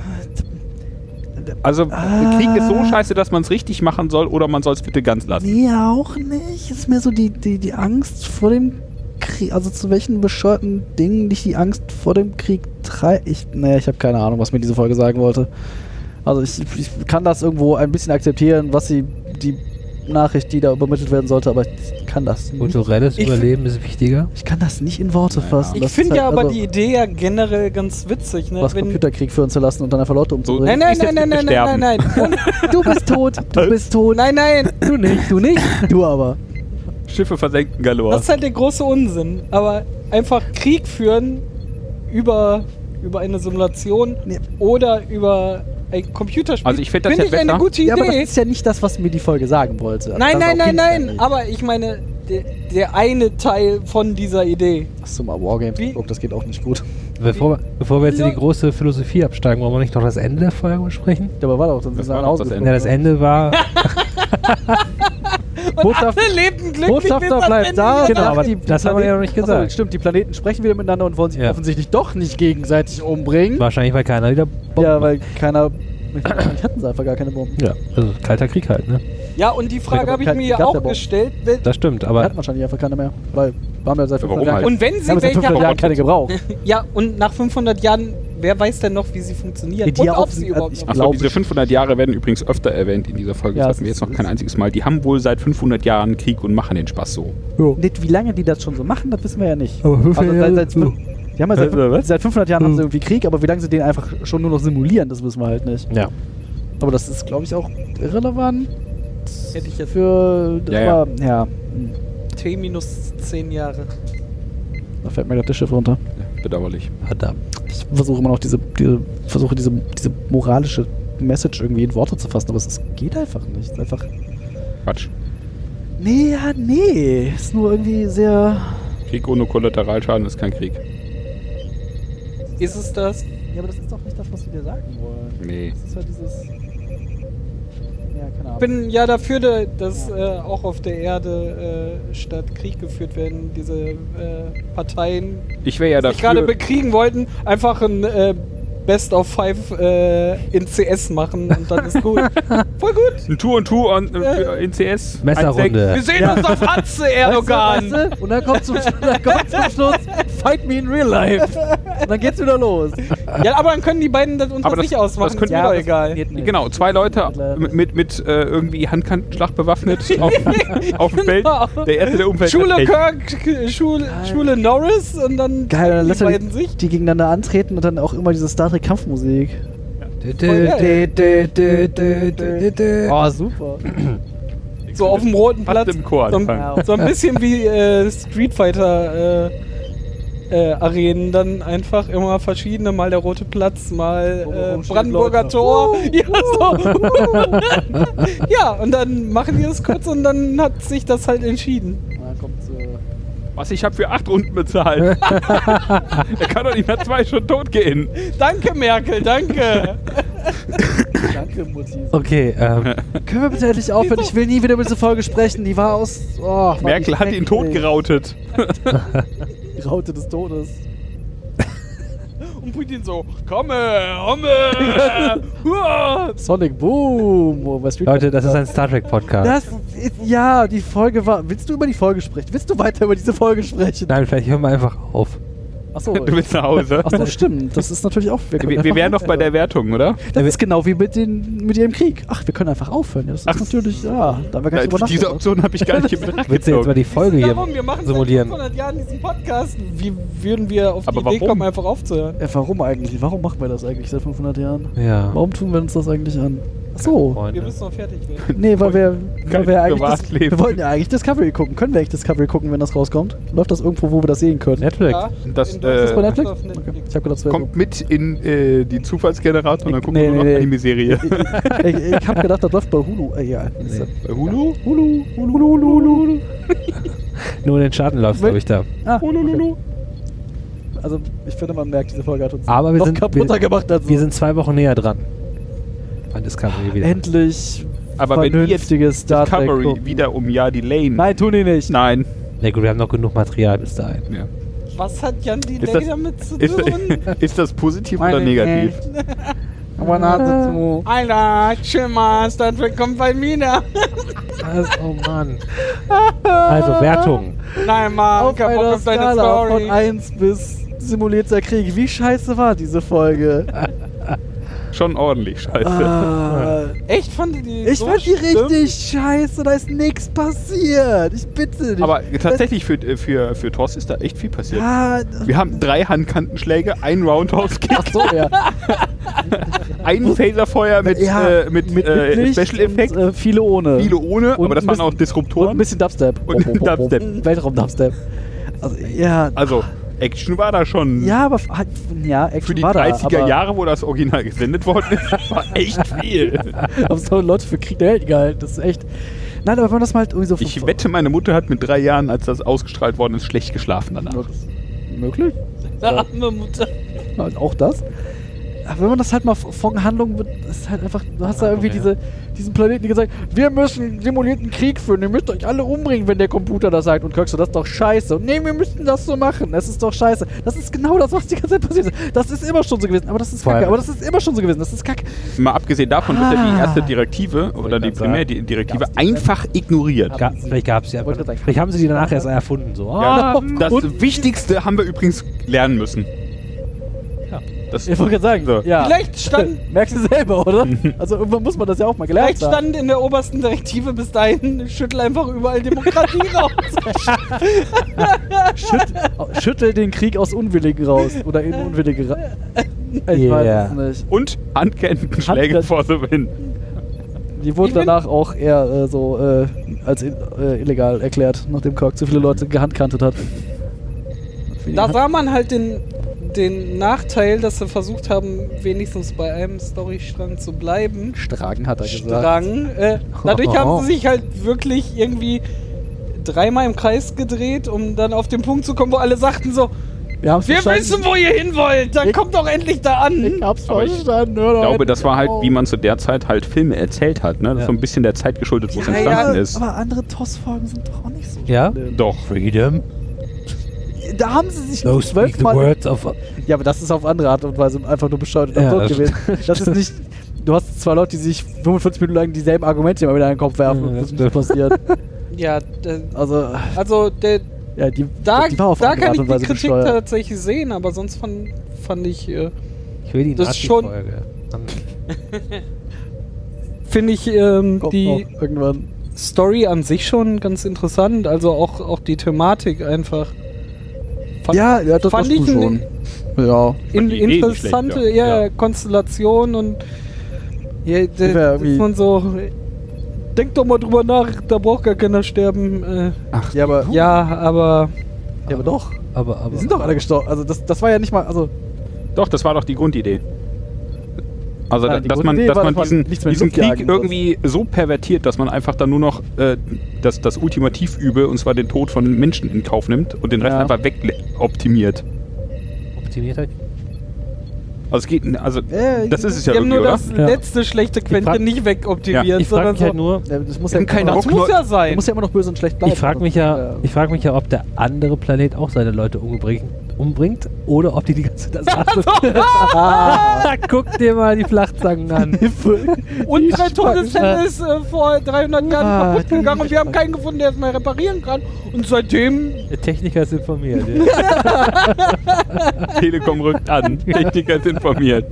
C: Also
B: Ah.
C: Krieg ist so scheiße, dass man es richtig machen soll oder man soll es bitte ganz lassen.
B: Nee, auch nicht. Ist mehr so die, die, die Angst vor dem Krieg. Also zu welchen bescheuerten Dingen dich die Angst vor dem Krieg treibt. Ich, nee, ich habe keine Ahnung, was mir diese Folge sagen wollte. Also ich, ich kann das irgendwo ein bisschen akzeptieren, was sie die Nachricht, die da übermittelt werden sollte, aber ich kann das nicht.
A: Kulturelles
D: Ich-
A: Überleben ist wichtiger.
B: Ich kann das nicht in Worte fassen.
D: Ich
B: Das ist
D: finde
B: halt-
D: ja aber
B: also,
D: die Idee ja generell ganz witzig, ne?
B: was Computerkrieg führen zu lassen und dann einfach Leute
D: nein,
B: umzubringen.
D: nein,
C: Ich
D: nein, nein, nein, nein,
C: sterben.
D: nein, nein.
B: du bist tot, du bist tot.
D: Nein, nein.
B: du nicht, du nicht, du aber.
C: Schiffe versenken galore.
D: Das ist halt der große Unsinn. Aber einfach Krieg führen über, über eine Simulation
B: Nee.
D: oder über ein Computerspiel.
C: Also ich fänd das
D: Bin
C: ja
D: ich eine
C: besser.
D: gute Idee.
B: Ja, aber das ist ja nicht das, was mir die Folge sagen wollte. Also
D: nein,
B: Das
D: nein,
B: auch
D: nein,
B: hinstellen.
D: nein. Aber ich meine, der, der eine Teil von dieser Idee.
B: Hast du mal Wargames
D: Wie-
B: geguckt? Das geht auch nicht gut.
A: Bevor, wir- bevor wir jetzt in die große Philosophie absteigen, wollen wir nicht noch das Ende der Folge besprechen?
B: Dabei war doch, dann sind
C: Das
B: sie
C: war
B: nach
C: doch
B: Hause
C: das
A: Ja, das Ende war.
B: Botschaft,
D: Alle lebten glücklich. bis
B: Botschafter
D: ans
B: bleibt
D: Ende
B: da.
D: ihrer
A: Genau,
D: Nacht.
A: aber
B: die
A: das haben wir ja noch nicht
B: Achso,
A: gesagt.
B: stimmt, die Planeten sprechen wieder miteinander und wollen sich
A: Ja.
B: offensichtlich doch nicht gegenseitig umbringen.
A: wahrscheinlich, weil keiner wieder Bomben
B: ja, weil
A: macht.
B: keiner. Wahrscheinlich hatten sie einfach gar keine Bomben.
A: Ja, also kalter Krieg halt, ne?
D: Ja, und die Frage
B: Aber
D: habe ich
B: kein-
D: mir ja
B: gab's
D: auch
B: aber auch.
D: gestellt. wel-
A: Das stimmt,
B: Die
A: aber
B: hatten wahrscheinlich einfach keine mehr. Weil wir haben ja seit 500
C: warum
B: Jahren.
C: halt?
D: Und wenn
B: Wir
D: sie
B: haben seit 500
D: welche.
B: Jahren keine gebraucht.
D: Ja, und nach 500 Jahren, wer weiß denn noch, wie sie funktionieren?
B: Die
D: und
B: ja
D: ob
B: auch- also
D: sie überhaupt
B: ich-
D: noch.
C: Achso,
B: Glaub
C: diese
B: ich.
C: 500 Jahre werden übrigens öfter erwähnt in dieser Folge.
B: Ja,
C: das hatten wir
B: es
C: jetzt noch
B: ist-
C: kein einziges Mal. Die haben wohl seit 500 Jahren Krieg und machen den Spaß so.
B: Nicht, wie lange die das schon so machen, das wissen wir ja nicht.
A: Aber fünf
B: also
A: Jahre-
B: seit, seit,
A: Uh.
B: die haben ja seit,
A: Äh, äh, was?
B: seit 500 Jahren haben
A: Uh.
C: Hm.
B: sie irgendwie Krieg, aber wie lange sie den einfach schon nur noch simulieren, das wissen wir halt nicht.
A: ja.
B: Aber das ist, glaube ich, auch irrelevant.
D: Hätte ich jetzt
B: Für. Das
C: Ja, ja.
B: war, ja.
D: T minus 10 Jahre.
B: Da fällt mir gerade das Schiff runter.
C: Ja, bedauerlich.
A: Verdammt.
B: Ich versuche immer noch diese, diese, versuche diese, diese moralische Message irgendwie in Worte zu fassen, aber es ist, geht einfach nicht. Es ist einfach.
C: Quatsch.
B: Nee, ja, nee. Ist nur irgendwie sehr.
C: Krieg ohne Kollateralschaden ist kein Krieg.
D: Ist es das?
B: Ja, aber das ist doch nicht das, was sie dir sagen wollen.
C: Nee.
B: Das ist ja dieses. Ja, keine Ahnung.
D: Ich bin ja dafür, da- dass äh, auch auf der Erde äh, statt Krieg geführt werden, diese äh, Parteien,
C: Ich wäre ja
D: die sich gerade
C: dafür.
D: bekriegen wollten, einfach ein äh, Best of Five äh, in CS machen und dann ist gut. Voll gut.
C: Ein Tour und Tour und, äh, in CS.
A: Messerrunde.
D: Wir sehen uns auf Atze,
B: Weißt du,
D: Erdogan.
B: weißt du? Und dann kommt, zum, dann kommt zum Schluss, fight me in real life. Und dann geht's wieder los.
D: Ja, aber dann können die beiden das unter
C: Aber das-
D: sich ausmachen.
C: das könnten
D: ist
C: wir
D: mir
C: doch-
D: doch egal.
B: Geht nicht.
C: Genau, zwei Leute mit, mit, mit äh, irgendwie Handkantenschlag bewaffnet auf, auf dem Feld.
D: Genau.
C: Der erste, der umfällt. hat
D: Schule
C: Pech.
D: Kirk, Schule, Schule Norris und dann
B: Geil, dann
D: die
B: lässt er
D: beiden
B: die,
D: sich.
B: die gegeneinander antreten und dann auch immer diese Star Trek Kampfmusik.
A: Dü- dü- dü- dü- dü- dü- dü.
B: Oh, super.
D: So auf dem roten
C: Fast
D: Platz.
C: im Chor
D: so, ein,
C: anfangen.
D: so ein bisschen wie äh, Street Fighter äh, äh, Arenen. Dann einfach immer verschiedene, mal der rote Platz,
B: Wo- wo
D: mal äh,
B: rumsteht
D: Brandenburger
B: Leute.
D: Tor. ja, so. ja, und dann machen die das kurz und dann hat sich das halt entschieden.
B: Und dann kommt so.
C: Was ich habe für acht Runden bezahlt. er kann doch nicht mehr zwei Stunden tot gehen.
D: Danke, Merkel, danke.
B: Danke, Mutti.
A: Okay, ähm,
B: Oh, Können wir bitte endlich aufhören? Ich will nie wieder mit dieser Folge sprechen. Die war aus. Oh, war die
C: Merkel hat ihn tot
B: schrecklich.
C: gerautet.
B: Raute des Todes.
D: Und Putin so, komme, komme. Hua.
B: Sonic Boom. Oh, bei Street
A: Leute, das ist ein Star Trek Podcast.
B: Das ist, ja, die Folge war. Willst du über die Folge sprechen? Willst du weiter über diese Folge sprechen?
A: Nein, vielleicht hören wir einfach auf.
B: Achso.
C: Du bist nach Hause.
B: Achso, stimmt. Das ist natürlich auch. können
C: Wir, wir
B: einfach
C: wären noch bei der Wertung, oder?
A: Äh,
B: Das ist genau wie mit, den, mit ihrem Krieg. Ach, wir können einfach aufhören. Ja, Das ist
C: Ach.
B: natürlich, ja, da haben wir gar
C: Nein,
B: nicht drüber
C: Diese
B: nachgedacht.
C: Option habe ich gar nicht in Betracht
A: Willst du jetzt mal
C: gezogen.
A: die Folge hier
D: Darum, Genau. wir machen seit
A: simulieren?
D: 500 Jahren diesen Podcast. Wie würden wir auf
C: Aber
D: die Idee
C: warum?
D: kommen, einfach aufzuhören?
B: Ja, warum eigentlich? Warum machen wir das eigentlich seit 500 Jahren?
A: Ja.
B: Warum tun wir uns das eigentlich an? Ach so.
D: Wir
A: Freunde.
D: müssen noch fertig werden.
B: Nee, weil wir, weil wir,
C: Kein
B: eigentlich das,
C: Privatleben.
B: wir wollten ja eigentlich Discovery gucken. Können wir eigentlich Discovery gucken, wenn das rauskommt? Läuft das irgendwo, wo wir das sehen können?
A: Netflix.
D: Ja,
C: Das,
D: in Deutschland
C: äh,
B: Bei
D: läuft
B: Netflix?
D: auf
B: Okay.
D: Netflix.
B: Ich habe gedacht, es wäre
C: Kommt mit in äh, die Zufallsgenerator und dann gucken
B: Nee,
C: wir noch
B: nee, nee.
C: eine Anime-Serie.
B: so. Ich, ich habe gedacht, das läuft bei Hulu. Äh, ja.
C: Bei Hulu?
B: Hulu, Hulu, Hulu, Hulu.
A: Nur in den Schatten läufst, glaube ich, da.
B: Ah,
C: Hulu, Lulu.
B: Also, ich finde, man merkt, diese Folge hat uns
A: Aber wir
B: noch
A: sind-
B: kaputter
A: wir-
B: gemacht als
A: Wir sind zwei Wochen näher dran. An Discovery wieder.
B: endlich
C: Aber wenn die jetzt
B: vernünftiges Star Trek
C: Discovery
B: gucken.
C: wieder um Ja die Lane.
B: Nein, tun die nicht.
C: Nein.
A: Na gut, wir haben noch genug Material bis dahin.
C: Ja.
D: Was hat Jan die
C: Ist das-
D: Lady damit zu
C: Ist,
D: tun?
C: ist das positiv
B: Meine
C: oder negativ?
B: Aber Nase zu.
D: Alter, Schimmer, Star Trek kommt bei Mina.
A: Also, oh Mann. Also, Wertung.
D: Nein, Mann,
B: Auf
D: kaputt
B: einer
D: auf deine
B: Skala von
D: Story.
B: 1 bis simulierter Krieg. Wie scheiße war diese Folge?
C: Schon ordentlich scheiße.
B: Ah,
D: Echt, fand die die
B: ich
D: so
B: fand die
D: schlimm?
B: richtig scheiße. Da ist nichts passiert. Ich bitte dich.
C: Aber tatsächlich für, äh, für, für Thorst ist da echt viel passiert.
B: Ah,
C: Wir haben drei Handkantenschläge, einen Roundhouse-Kick,
B: so, ja.
C: ein Phaserfeuer mit,
B: ja
C: äh, mit, äh,
B: Licht
C: Special Effects,
B: Und, äh, viele ohne.
C: viele ohne,
B: und
C: aber das
B: ein
C: waren
B: bisschen-
C: auch
B: Und ein
C: Disruptoren.
B: bisschen Dubstep.
C: Und Dubstep.
B: Weltraum-Dubstep. Also, ja.
C: Also, Action war da schon.
B: Ja, aber f- hat- ja, Action
C: Für die
B: war da,
C: 30er
B: aber
C: Jahre, wo das Original gesendet worden ist, war echt viel.
B: Haben so Leute für Krieg der Helden gehalten. Das ist echt. Nein, aber wenn man das mal halt irgendwie so von-
C: Ich wette, meine Mutter hat mit drei Jahren, als das ausgestrahlt worden ist, schlecht geschlafen danach.
B: Möglich?
D: Eine arme Mutter.
B: Nein, auch das. Aber wenn man das halt mal von Handlungen, be- das ist halt einfach, du hast da irgendwie diese, diesen Planeten, die gesagt, wir müssen simulierten Krieg führen, ihr müsst euch alle umbringen, wenn der Computer das sagt und Kirk so, das ist doch scheiße. Und nee, wir müssen das so machen, das ist doch scheiße. Das ist genau das, was die ganze Zeit passiert ist. Das ist immer schon so gewesen, aber das ist
A: Vor
B: kacke,
A: allem-
B: aber das ist immer schon so gewesen, das ist kacke.
C: Mal abgesehen davon, dass er die
B: Ah.
C: erste Direktive oder die
A: grad sagen.
C: Primärdirektive
B: Gab's die
C: einfach ignoriert.
A: Ga vielleicht gab es ja.
B: Wollte gerade sagen.
A: Vielleicht haben sie die danach erst erfunden. So,
C: Ja,
B: Oh
A: ah,
C: das
A: und-
C: Wichtigste haben wir übrigens lernen müssen.
A: Ja.
C: Das
B: Ich wollte gerade sagen,
C: So.
B: ja.
D: Vielleicht stand-
B: Merkst du selber, oder? Also irgendwann muss man das ja auch mal gelernt
D: Vielleicht
B: haben.
D: stand in der obersten Direktive bis dahin, schüttel einfach überall Demokratie raus.
B: Schütt, schüttel den Krieg aus Unwilligen raus oder in Unwillige ra Ich
A: Yeah.
B: weiß es nicht.
C: Und Handkentenschläge
B: Handken-
C: for the win.
B: Die wurden
D: Ich bin-
B: danach auch eher äh, so äh, als i- äh, illegal erklärt, nachdem Kirk zu viele Leute gehandkantet hat.
D: Da sah man halt den, den Nachteil, dass sie versucht haben, wenigstens bei einem Storystrang zu bleiben.
B: Stragen hat er gesagt.
D: Strang. Äh,
B: Oh.
D: dadurch haben sie sich halt wirklich irgendwie dreimal im Kreis gedreht, um dann auf den Punkt zu kommen, wo alle sagten so,
B: Wir, haben's
D: wir
B: verstanden.
D: wissen, wo ihr hin wollt, dann
B: Ich-
D: kommt doch endlich da an.
B: Ich hab's
C: Aber ich
B: verstanden. hör
C: Ich
B: doch
C: glaube,
B: endlich
C: das war halt,
B: auf.
C: wie man zu der Zeit halt Filme erzählt hat. Ne? Das
A: Ja.
C: ist so ein bisschen der Zeit geschuldet, wo es
D: Ja,
C: entstanden
B: aber,
C: ist.
B: aber andere TOS-Folgen sind doch auch nicht so.
A: ja.
C: Doch.
A: Freedom,
B: Da haben sie sich
A: those speak the
B: zwölfmal
A: words of.
B: Ja, aber das ist auf andere Art und Weise einfach nur bescheuert und
A: Ja,
B: absurd
A: das
B: gewesen. Das ist nicht. Du hast zwei Leute, die sich 45 Minuten lang dieselben Argumente immer wieder in den Kopf werfen.
A: Ja,
B: und
A: das
B: das ist nicht passiert.
D: Ja, d-
B: Also,
D: also der,
B: ja, die,
D: da,
B: die war auf
D: da
B: andere
D: kann
B: Art
D: ich
B: und
D: die
B: Weise
D: Kritik
B: bescheuert.
D: tatsächlich sehen, aber sonst fand, fand ich, äh,
A: Ich will die
D: Das ist schon-
A: Nazi-Folge. Dann-
D: finde ich ähm,
B: Kommt
D: die
B: noch irgendwann.
D: Story an sich schon ganz interessant, also auch, auch die Thematik einfach. Fand-
B: ja, ja, das
D: fand
B: fand ich
D: ich
B: schon. Ja.
D: in,
C: die Idee nicht
D: interessante
C: schlecht, ja.
D: ja,
C: Ja.
D: Konstellation und ja,
B: wär
D: da, dass
B: irgendwie-
D: man so äh, denkt doch mal drüber nach, da braucht gar keiner sterben. Äh,
B: Ja, aber, ja,
D: ja, aber
B: ja, aber doch.
A: Aber, aber.
B: Die sind doch alle gestorben. Also, das, das war ja nicht mal. Also,
C: Doch, das war doch die Grundidee. Also,
B: Nein,
C: da-
B: die
C: dass, man,
B: Grundidee
C: dass
B: war,
C: man
B: dass man
C: diesen,
B: nichts mehr in die
C: diesen
B: Luft jagen
C: Krieg irgendwie so pervertiert, dass man einfach dann nur noch äh, das, das Ultimativübel, und zwar den Tod von Menschen in Kauf nimmt und den Rest
B: Ja.
C: einfach wegoptimiert.
A: optimiert halt.
C: Also, es geht, also
B: äh,
C: das ist es ja
D: die haben
C: irgendwie,
D: nur
C: oder?
D: das
A: Ja.
D: letzte schlechte
A: frag-
D: Quäntchen nicht wegoptimiert,
C: Ja,
A: Ich frage
D: sondern
A: mich halt
D: so,
A: nur.
B: ja, das muss
C: Wir
B: ja,
C: haben keinen
D: das
C: Bock,
B: das
D: muss
C: nur-
D: ja sein.
B: muss ja immer noch böse und schlecht bleiben.
A: Ich frage mich ja, ich frage mich ja, ob der andere Planet auch seine Leute umbringt, umbringt oder ob die die ganze Zeit das ah, Guck dir mal die Flachzangen an.
D: Unsere
A: Ja.
D: Todeszelle ist äh, vor 300 Jahren
B: Ah,
D: kaputt
B: die-
D: gegangen und wir haben keinen gefunden, der es mal reparieren kann. Und seitdem
A: Der Techniker ist informiert. Ja.
C: Telekom rückt an, Techniker sind informiert.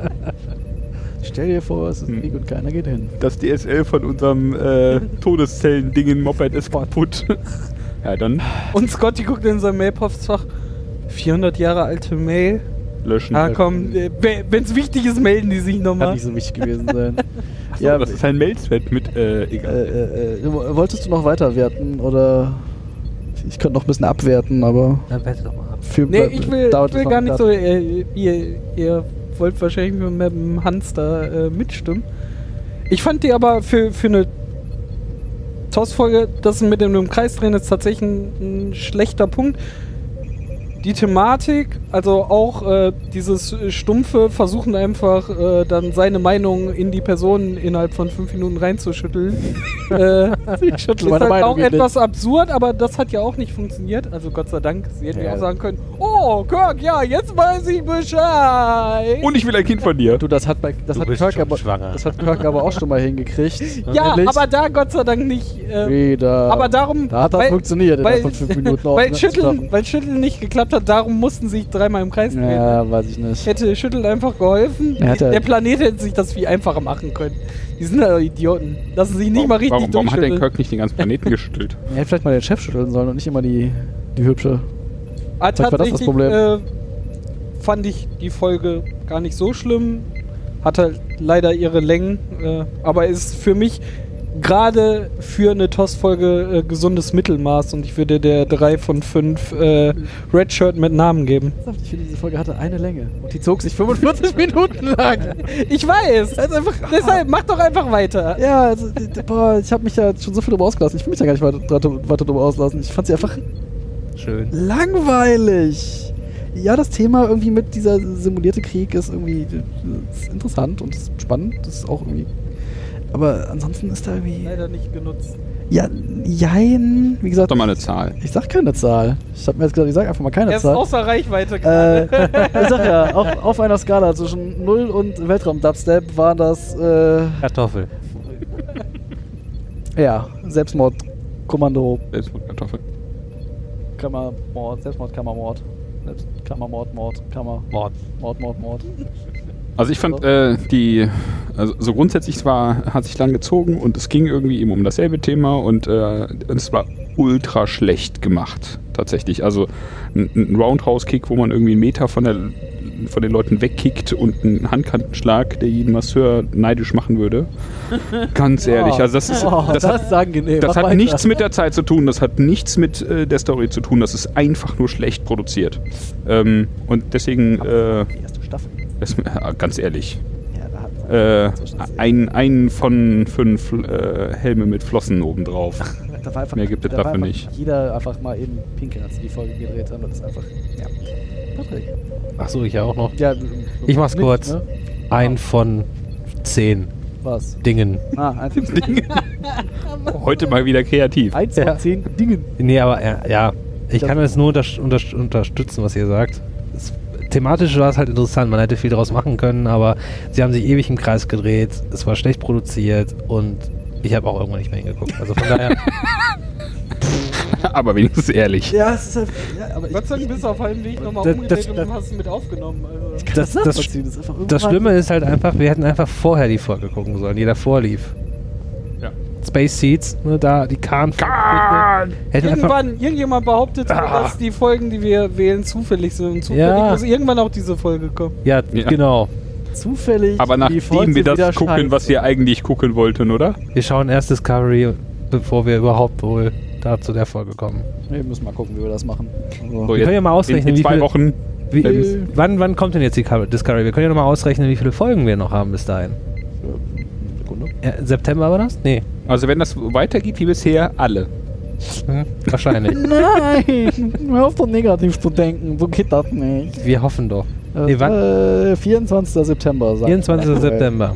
B: Stell dir vor, es ist
C: Hm.
B: Krieg und keiner geht hin.
C: Das DSL von unserem äh, Todeszellen-Ding in Moped ist kaputt. ja, dann
D: und Scotty guckt in sein Mailpostfach 400 Jahre alte Mail.
C: löschen.
D: Ah komm, äh, we- wenn's wichtig ist, melden die sich
B: Kann
D: nochmal.
B: nicht so wichtig gewesen sein.
C: Achso, das ist ein Mail-Thread mit, äh,
B: äh,
C: egal.
B: äh, äh, wolltest du noch weiterwerten oder. Ich könnte noch ein bisschen abwerten, aber.
A: Dann wette doch mal ab.
B: Für
D: Nee, ich will,
B: dauert
D: ich will
B: das
D: gar
B: noch
D: nicht so. Ihr, ihr, ihr wollt wahrscheinlich mit, mit dem Hans da äh, mitstimmen. Ich fand die aber für, für eine TOS-Folge, das mit dem, dem Kreisdrehen ist tatsächlich ein, ein schlechter Punkt. Die Thematik, also auch äh, dieses äh, stumpfe Versuchen einfach äh, dann seine Meinung in die Person innerhalb von fünf Minuten reinzuschütteln, äh,
B: Ich schüttle
D: ist
B: meine
D: halt
B: Meinung
D: auch
B: hier
D: etwas absurd, aber das hat ja auch nicht funktioniert. Also Gott sei Dank, sie hätten ja,
B: Ja.
D: auch sagen können, oh, Kirk, ja, jetzt weiß ich Bescheid.
C: Und ich will ein Kind von dir.
B: nicht. Du, das hat, bei, das
A: Du
B: hat,
A: bist
B: Kirk,
A: schon
B: aber,
A: schwanger.
B: das hat Kirk aber auch schon mal hingekriegt.
D: ja,
B: Nämlich
D: aber da Gott sei Dank nicht. Äh,
B: Wieder.
D: aber darum,
B: Da hat das
D: weil-
B: funktioniert
D: weil,
B: innerhalb von fünf Minuten.
D: weil,
B: aufeinander zu
D: Schütteln,
B: klappen.
D: weil Schütteln nicht geklappt hat, darum mussten sie sich dreimal im Kreis drehen.
B: Ja, weiß ich nicht.
D: Hätte Schütteln einfach geholfen,
B: Er hat ja-
D: der Planet hätte sich das viel einfacher machen können. Die sind ja Idioten. Lassen sich nicht mal richtig
C: warum, warum hat der
D: durchschütteln.
C: Kirk nicht den ganzen Planeten geschüttelt?
B: Er hätte vielleicht mal den Chef schütteln sollen und nicht immer die, die hübsche. Vielleicht
D: Ah,
B: war das das
D: tatsächlich
B: Problem.
D: äh, fand ich die Folge gar halt nicht so schlimm. Hatte leider ihre Längen, äh, aber ist für mich gerade für eine TOS-Folge äh, gesundes Mittelmaß und ich würde der 3 von 5 äh, Red Shirt mit Namen geben.
B: Ich finde, diese Folge hatte eine Länge. Und die zog sich 45 Minuten lang.
D: Ich weiß! deshalb mach doch einfach weiter.
B: Ja, also, die- die- boah, ich habe mich ja schon so viel drüber ausgelassen. Ich will mich ja gar nicht weiter, weiter, weiter drüber auslassen. Ich fand sie einfach
A: Schön.
B: langweilig. Ja, das Thema irgendwie mit dieser simulierte Krieg ist irgendwie äh, ist interessant und ist spannend. Das ist auch irgendwie. Aber ansonsten ist da irgendwie.
D: Leider nicht genutzt.
B: Ja, jein. Wie gesagt,
C: Sag doch mal eine Zahl.
B: ich sag keine Zahl. Ich habe mir jetzt gesagt, ich sag einfach mal keine
D: Er ist
B: Zahl.
D: außer Reichweite
B: Äh,
D: gerade.
B: ich sag ja, auf, auf einer Skala zwischen 0 und Weltraum-Dubstep war das, äh,
A: Kartoffel.
B: ja, Selbstmordkommando,
C: Selbstmordkartoffel.
B: Kammermord, Selbstmordkammermord, Selbstkammermord, Mord, Kammer,
A: Mord.
B: Mord, Mord, Mord.
C: Also ich fand äh, die, also so grundsätzlich zwar hat sich lang gezogen und es ging irgendwie eben um dasselbe Thema und äh, und es war ultra schlecht gemacht tatsächlich. Also ein, ein Roundhouse-Kick, wo man irgendwie einen Meter von der von den Leuten wegkickt und einen Handkantenschlag, der jeden Masseur neidisch machen würde. Ganz ehrlich, also das ist,
B: oh, das,
C: das hat,
B: ist angenehm.
C: das
B: Mach
C: hat
B: weiter.
C: nichts mit der Zeit zu tun, das hat nichts mit äh, der Story zu tun, das ist einfach nur schlecht produziert. Ähm, und deswegen äh,
B: Die erste Staffel.
C: das, äh, ganz ehrlich.
B: Ja, da hat
C: Äh,
B: Zwischenserie.
C: ein, einen von fünf äh, Helme mit Flossen obendrauf.
B: da war einfach,
C: mehr gibt es
B: da war
C: dafür
B: einfach
C: nicht.
B: Jeder einfach mal eben pinkeln, als sie die Folge gedreht haben. Das ist einfach, ja. Patrick.
A: Achso, ich ja auch noch.
B: Ja,
A: Ich mach's
B: nicht,
A: kurz.
B: Ne?
A: Ein von zehn
B: Was?
A: Dingen.
B: Ah, eins von zehn.
C: Heute mal wieder kreativ.
B: Eins von
A: Ja.
B: zehn Dingen.
A: Nee, aber äh, ja, ich kann das nur unterst unterst unterstützen, was ihr sagt. Es, thematisch war es halt interessant, man hätte viel daraus machen können, aber sie haben sich ewig im Kreis gedreht, es war schlecht produziert und ich habe auch irgendwann nicht mehr hingeguckt. Also von daher,
C: Aber wenigstens ehrlich.
B: Ja, es ist halt, ja, aber ich,
D: Gott sei Dank bist du auf halbem Weg nochmal
A: Das-
D: umgedreht
A: das-
D: und
A: das-
D: hast ihn mit aufgenommen. Also.
A: das, das,
B: nachvollziehen, das, ist einfach
A: das
B: irgendwann-
A: Schlimme ist halt einfach, wir hätten einfach vorher die Folge gucken sollen, die davor lief.
C: Ja.
A: Space Seeds, ne, da die Kahn. Kahn! Hätten halt einfach, Ah.
D: Irgendwann, irgendjemand behauptet, dass die Folgen, die wir wählen, zufällig sind. Und zufällig
A: Ja.
D: muss irgendwann auch diese Folge kommen.
A: ja,
C: Ja.
A: genau.
B: zufällig.
C: Aber
B: die Folge
C: nachdem wir
B: wieder
C: das gucken,
B: scheiße.
C: was wir eigentlich gucken wollten, oder?
A: Wir schauen erst Discovery, bevor wir überhaupt wohl da zu der Folge kommen.
B: Wir müssen mal gucken, wie wir das machen. Also,
C: So,
A: Wir können ja mal ausrechnen,
C: In, in
A: wie
C: zwei
A: viel-
C: Wochen.
A: Wie,
C: Ähm,
A: wann, wann kommt denn jetzt die Car- Discovery? Wir können ja nochmal ausrechnen, wie viele Folgen wir noch haben bis dahin.
B: Sekunde.
A: Äh, September war das? Nee.
C: Also wenn das weitergeht wie bisher, alle.
A: Hm, wahrscheinlich.
B: Nein! Hör auf doch negativ zu denken, so geht das nicht.
A: wir hoffen doch. Nee, wann?
B: Äh, 24. September. sagt
A: 24.
B: man.
A: September.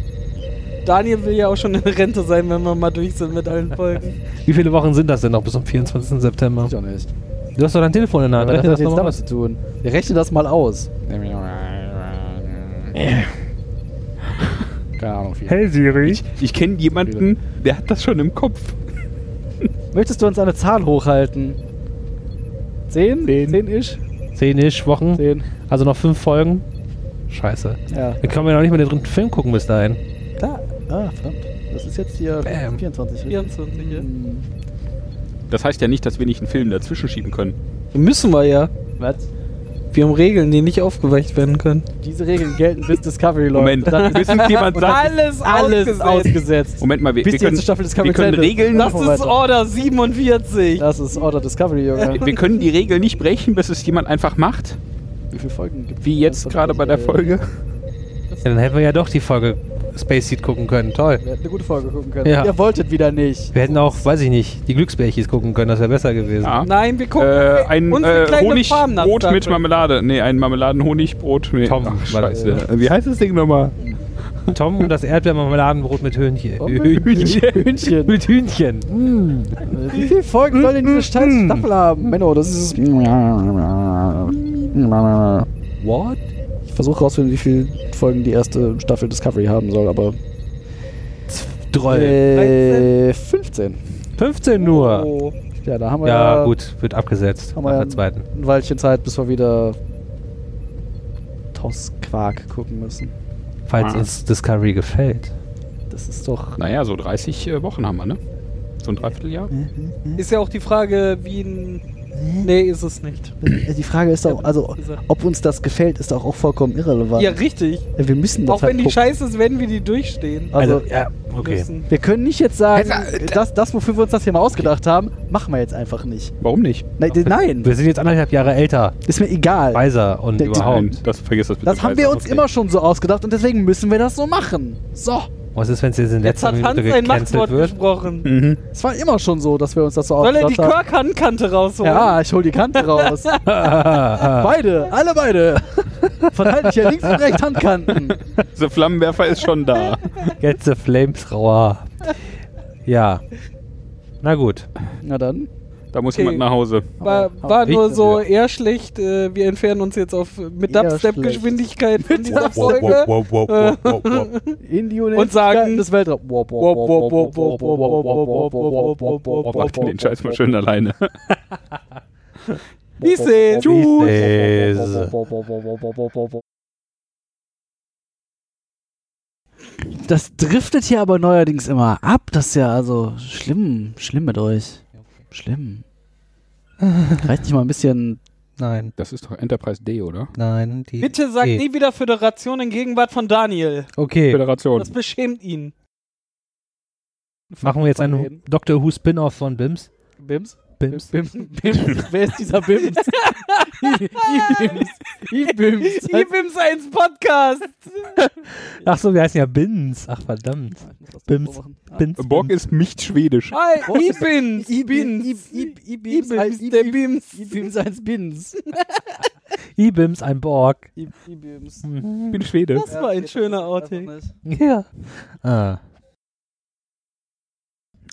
D: Daniel will ja auch schon in Rente sein, wenn wir mal durch sind mit allen Folgen.
A: Wie viele Wochen sind das denn noch bis zum 24. September?
B: Ich auch nicht.
A: Du hast doch dein Telefon in der Hand. ne?
B: Was
A: Rechne
B: hat das
A: das
B: jetzt
A: nochmal
B: damit
A: aus.
B: zu tun? Wir rechnen das mal aus. Keine Ahnung. Viel.
A: Hey Siri.
C: Ich, ich kenne jemanden, der hat das schon im Kopf.
B: Möchtest du uns eine Zahl hochhalten? Zehn?
C: Zehn.
B: Zehn-ish?
A: Zehn ish Wochen.
B: Zehn.
A: Also noch fünf Folgen. Scheiße.
B: Ja.
A: Wir können ja noch nicht mal den dritten Film gucken bis dahin.
B: Klar. Ah, verdammt. Das ist jetzt hier
A: Bam.
B: 24. richtig?
D: 24, ja.
B: Hm,
C: Das heißt ja nicht, dass wir nicht einen Film dazwischen schieben können.
D: Müssen wir ja.
B: Was?
D: Wir haben Regeln, die nicht aufgeweicht werden können.
B: Diese Regeln gelten bis Discovery läuft.
C: Moment,
B: Und dann
C: bis uns jemand sagt.
D: Alles,
B: alles ausgesetzt.
C: Moment mal, wir,
B: bis
C: wir
B: die
C: können,
B: letzte Staffel Discovery
C: wir können
B: zu Ende ist.
C: Regeln
D: Das
B: Machen wir
D: ist
B: weiter.
D: Order 47.
B: Das ist Order Discovery, Junge.
C: wir können die Regel nicht brechen, bis es jemand einfach macht.
B: Wie viele Folgen gibt
C: Wie jetzt gerade bei der Folge.
B: Äh,
A: Ja, dann hätten wir ja doch die Folge Space Seed gucken können. Toll.
B: Wir hätten eine gute Folge gucken können.
A: Ja.
B: Ihr wolltet wieder nicht.
A: Wir hätten auch, weiß ich nicht, die Glücksbärchis gucken können. Das wäre besser gewesen.
C: Ja.
D: Nein, wir gucken.
C: Äh, ein
D: unsere
C: äh,
D: kleine Farm nach
C: Honigbrot
D: Star
C: mit
D: Trek.
C: Marmelade. Nee, ein Marmeladen-Honigbrot. Nee.
A: Tom,
C: Ach,
A: war das,
C: scheiße. Wie heißt das Ding nochmal?
A: Tom und das Erdbeermarmeladenbrot mit Hühnchen.
B: Oh,
A: Hühnchen.
B: Hühnchen.
A: Mit Hühnchen.
B: Wie viele Folgen soll denn diese scheiß Staffel haben? Menno, das ist.
A: What?
B: Ich versuche rauszufinden, wie viele Folgen die erste Staffel Discovery haben soll, aber.
A: Droll.
B: Äh, 15.
A: 15 nur.
D: Oh.
B: Ja, da haben wir
A: Ja, gut, wird abgesetzt.
B: Haben
A: Nach
B: wir ja
A: der zweiten.
B: ein Weilchen Zeit, bis wir wieder Tossquark gucken müssen.
A: Falls uns Discovery gefällt.
B: Das ist doch.
C: Naja,
D: mhm.
C: so 30 äh, Wochen haben wir, ne? So ein Dreivierteljahr.
D: Ist ja auch die Frage, wie ein Nee, ist es nicht.
B: Äh, Die Frage ist auch, also, ob uns das gefällt, ist auch, auch vollkommen irrelevant. Äh,
D: Ja, richtig.
B: wir müssen das
D: Auch wenn die
B: halt gucken.
D: scheiße ist, werden wir die durchstehen.
B: also,
A: Also, ja, okay.
D: müssen.
B: wir können nicht jetzt sagen, äh, das, das, wofür wir uns das hier mal ausgedacht haben, machen wir jetzt einfach nicht.
E: Warum nicht?
B: Nein, d- nein
A: Wir sind jetzt anderthalb Jahre älter,
B: ist mir egal.
A: weiser und
B: Der-
A: überhaupt.
E: das vergiss das bitte.
B: Das haben wir uns immer schon so ausgedacht und deswegen müssen wir das so machen. So,
A: Was ist, wenn es jetzt in
D: Jetzt
A: letzter
D: hat Hans
A: Minute
D: ein
A: gecancelt
D: Machtwort
A: wird? Hm.
D: gesprochen.
E: Mhm.
B: es war immer schon so, dass wir uns das so
D: Soll er die
B: ausgedacht haben.
D: Körkankante rausholen?
B: Ja, ich hol die Kante raus. beide, alle beide. Verteilt ich ja links und rechts Handkanten.
E: Der Flammenwerfer ist schon da.
A: Jetzt the Flamethrower. Ja. Na gut.
B: Na dann.
E: Da muss
D: Okay.
E: jemand nach Hause.
D: War,
B: Hau-
D: war
B: hau-
D: nur
B: Richtig.
D: so eher schlecht. Äh, wir entfernen uns jetzt auf mit
B: Eher
D: Dubstep-Geschwindigkeit von dieser
B: Dubstep.
D: Folge.
B: In die
D: Und sagen-
B: des Weltraums.
E: Mach dir den Scheiß mal schön alleine.
D: Wie seht's?
A: Tschüss. Tschüss.
B: Das driftet hier aber neuerdings immer ab. Das ist ja also schlimm. Schlimm mit euch. Schlimm. Reicht nicht mal ein bisschen.
A: Nein,
E: Das ist doch Enterprise D, oder?
A: nein. Die
D: Bitte sag
A: Nee.
D: nie wieder Föderation in Gegenwart von Daniel.
A: Okay,
E: Föderation.
D: Das beschämt ihn.
A: machen wir jetzt einen
D: Reden.
A: Doctor Who Spin-Off von Bims.
D: Bims?
A: Bims.
B: Bims, Bims, wer ist dieser Bims? I-Bims. I-Bims.
D: Die Bims 1 Podcast.
A: Ach so, wir heißen ja Bins. Ach verdammt. Bims.
D: Ah.
B: Ah,
A: Bins.
E: Äh, Borg ist nicht schwedisch.
D: Hi,
B: Oh,
D: I Bims. Bims.
B: I-Bims.
D: I-Bims, der Bims.
B: I-Bims als Bins.
A: I-Bims, ein Borg.
B: I-Bims.
E: Ich bin Schwede.
D: Das war ein schöner Outtake.
A: Ja. Ah.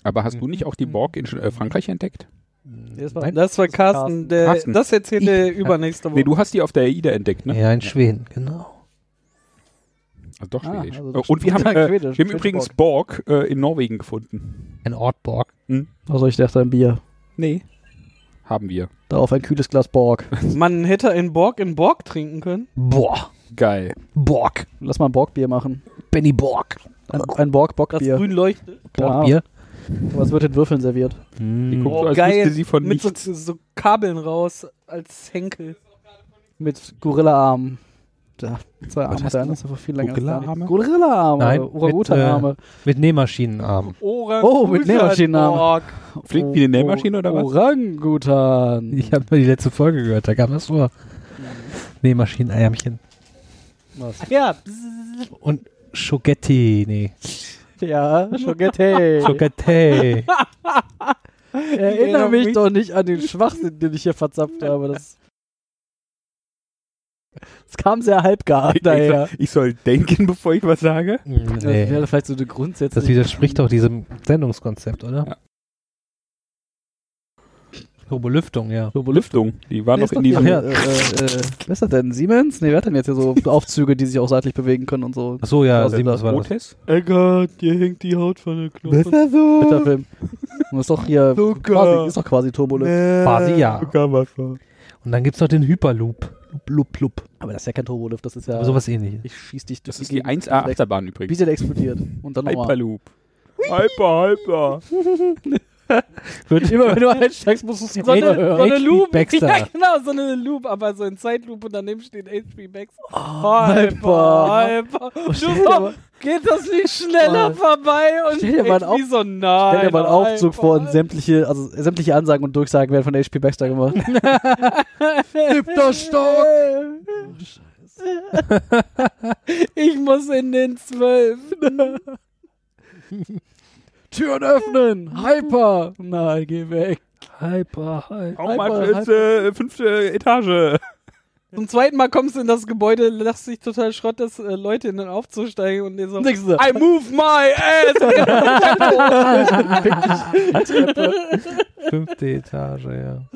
E: Aber hast du nicht auch die
B: Hm.
E: Borg in äh, Frankreich entdeckt?
B: das war-
A: Nein?
D: Das war Carsten. Der,
E: Carsten.
D: Das erzählt er übernächste
E: Nee,
D: Woche.
E: du hast die auf der AIDA entdeckt, ne?
A: Ja, in Schweden, genau.
E: Also doch
B: Ah,
E: schwedisch.
B: also doch
E: und wir haben,
B: schwedisch.
E: äh,
B: Schwedisch,
E: wir haben
B: schwedisch
E: übrigens Borg äh, in Norwegen gefunden.
A: Ein Ort Borg.
B: Also ich dachte ein Bier.
E: Nee. Haben wir.
B: Darauf ein kühles Glas Borg.
D: Man hätte einen Borg in Borg trinken können.
A: Boah.
E: Geil.
A: Borg.
B: Lass mal ein Borgbier machen.
A: Benny Borg.
B: Ein, ein
D: Das
B: Borg-Bockbier.
D: grün leuchtet.
A: Bier.
B: Aber es wird in Würfeln serviert.
E: Die
A: Hm.
E: guckt
B: Oh,
E: so, als wüsste sie von
D: Mit so,
E: nichts.
D: so Kabeln raus als Henkel.
B: Mit Gorilla-Armen. Da, zwei Arme.
E: heißt
B: Der
E: du?
B: eine ist einfach viel länger. als der
E: Gorilla-Arme?
B: andere. Gorilla-Arme.
A: Nein,
B: Orang-Utan-Arme.
A: Mit Nähmaschinenarm.
D: Orang
B: Oh, mit Nähmaschinenarmen.
D: Borg.
E: Fliegt wie eine Nähmaschine oder was?
B: Orangutan.
A: Ich habe nur die letzte Folge gehört, da kam das vor. Nähmaschinenärmchen.
D: Ja,
A: Und Schogetti, nee.
B: Ja, Schogette.
A: Schogetti.
B: Erinnere mich doch nicht an den Schwachsinn, den ich hier verzapft habe. Das, das kam sehr halbgar
E: Ich-
B: daher.
E: Ich, soll- ich soll denken, bevor ich was sage.
B: Das
A: nee.
B: wäre vielleicht so eine grundsätzliche.
A: Das widerspricht doch diesem Sendungskonzept, oder?
E: Ja.
A: Turbelüftung, ja.
E: Lüftung. Die war
B: Nee,
E: noch
B: ist doch
E: in
B: hier,
E: diesem.
B: äh, äh, äh, wer ist das denn? Siemens? Nee, wer hat denn jetzt hier so Aufzüge, die sich auch seitlich bewegen können und so?
A: Achso, ja,
B: Also,
A: Siemens war Genau, das.
E: Otis?
D: Eckart, dir hängt die Haut von der Knochen.
A: das so?
B: Mit der Film. Und das ist doch hier quasi, ist doch quasi Turbolift.
A: Quasi ja. Und dann gibt's noch den Hyperloop. Äh, Loop, loop, loop.
B: Aber das ist ja kein Turbolift, das ist ja.
A: Aber sowas ähnliches.
B: ich schieß dich durch
E: Das ist die
B: Gegend,
E: 1A
B: bis der-
E: Achterbahn
B: Bis
E: übrigens.
B: der explodiert. Und dann nochmal.
E: Hyperloop. Hyper, hyper.
A: Wird
B: Immer wenn du einsteigst, musst du es
D: So eine, so eine
A: H.P.
D: Loop.
A: Baxter.
D: Ja, genau, so eine Loop, aber so in Zeitloop und daneben steht HP Baxter.
E: Oh,
B: Hyper.
D: Hyper. Du
B: Stell dir
D: so,
B: mal-
D: geht das nicht schneller
B: Oh.
D: vorbei? Und
B: Stell dir mal einen
D: irgendwie
B: Auf-
D: so, nein.
B: Stell dir mal einen Aufzug
D: Hyper,
B: vor und sämtliche, also sämtliche Ansagen und Durchsagen werden von HP Baxter gemacht. Siebter Stock!
D: Ich muss in den zwölften.
B: Türen öffnen! Hyper! Nein, geh weg.
A: Hyper, Hyper.
E: Auch mal
B: Hyper,
E: fünfte, fünfte Etage.
D: Zum zweiten Mal kommst du in das Gebäude, lachst dich total Schrott, dass äh, Leute in den Aufzug steigen und dir so.
B: Nächste.
D: I move my ass!
A: Fünfte Etage, ja.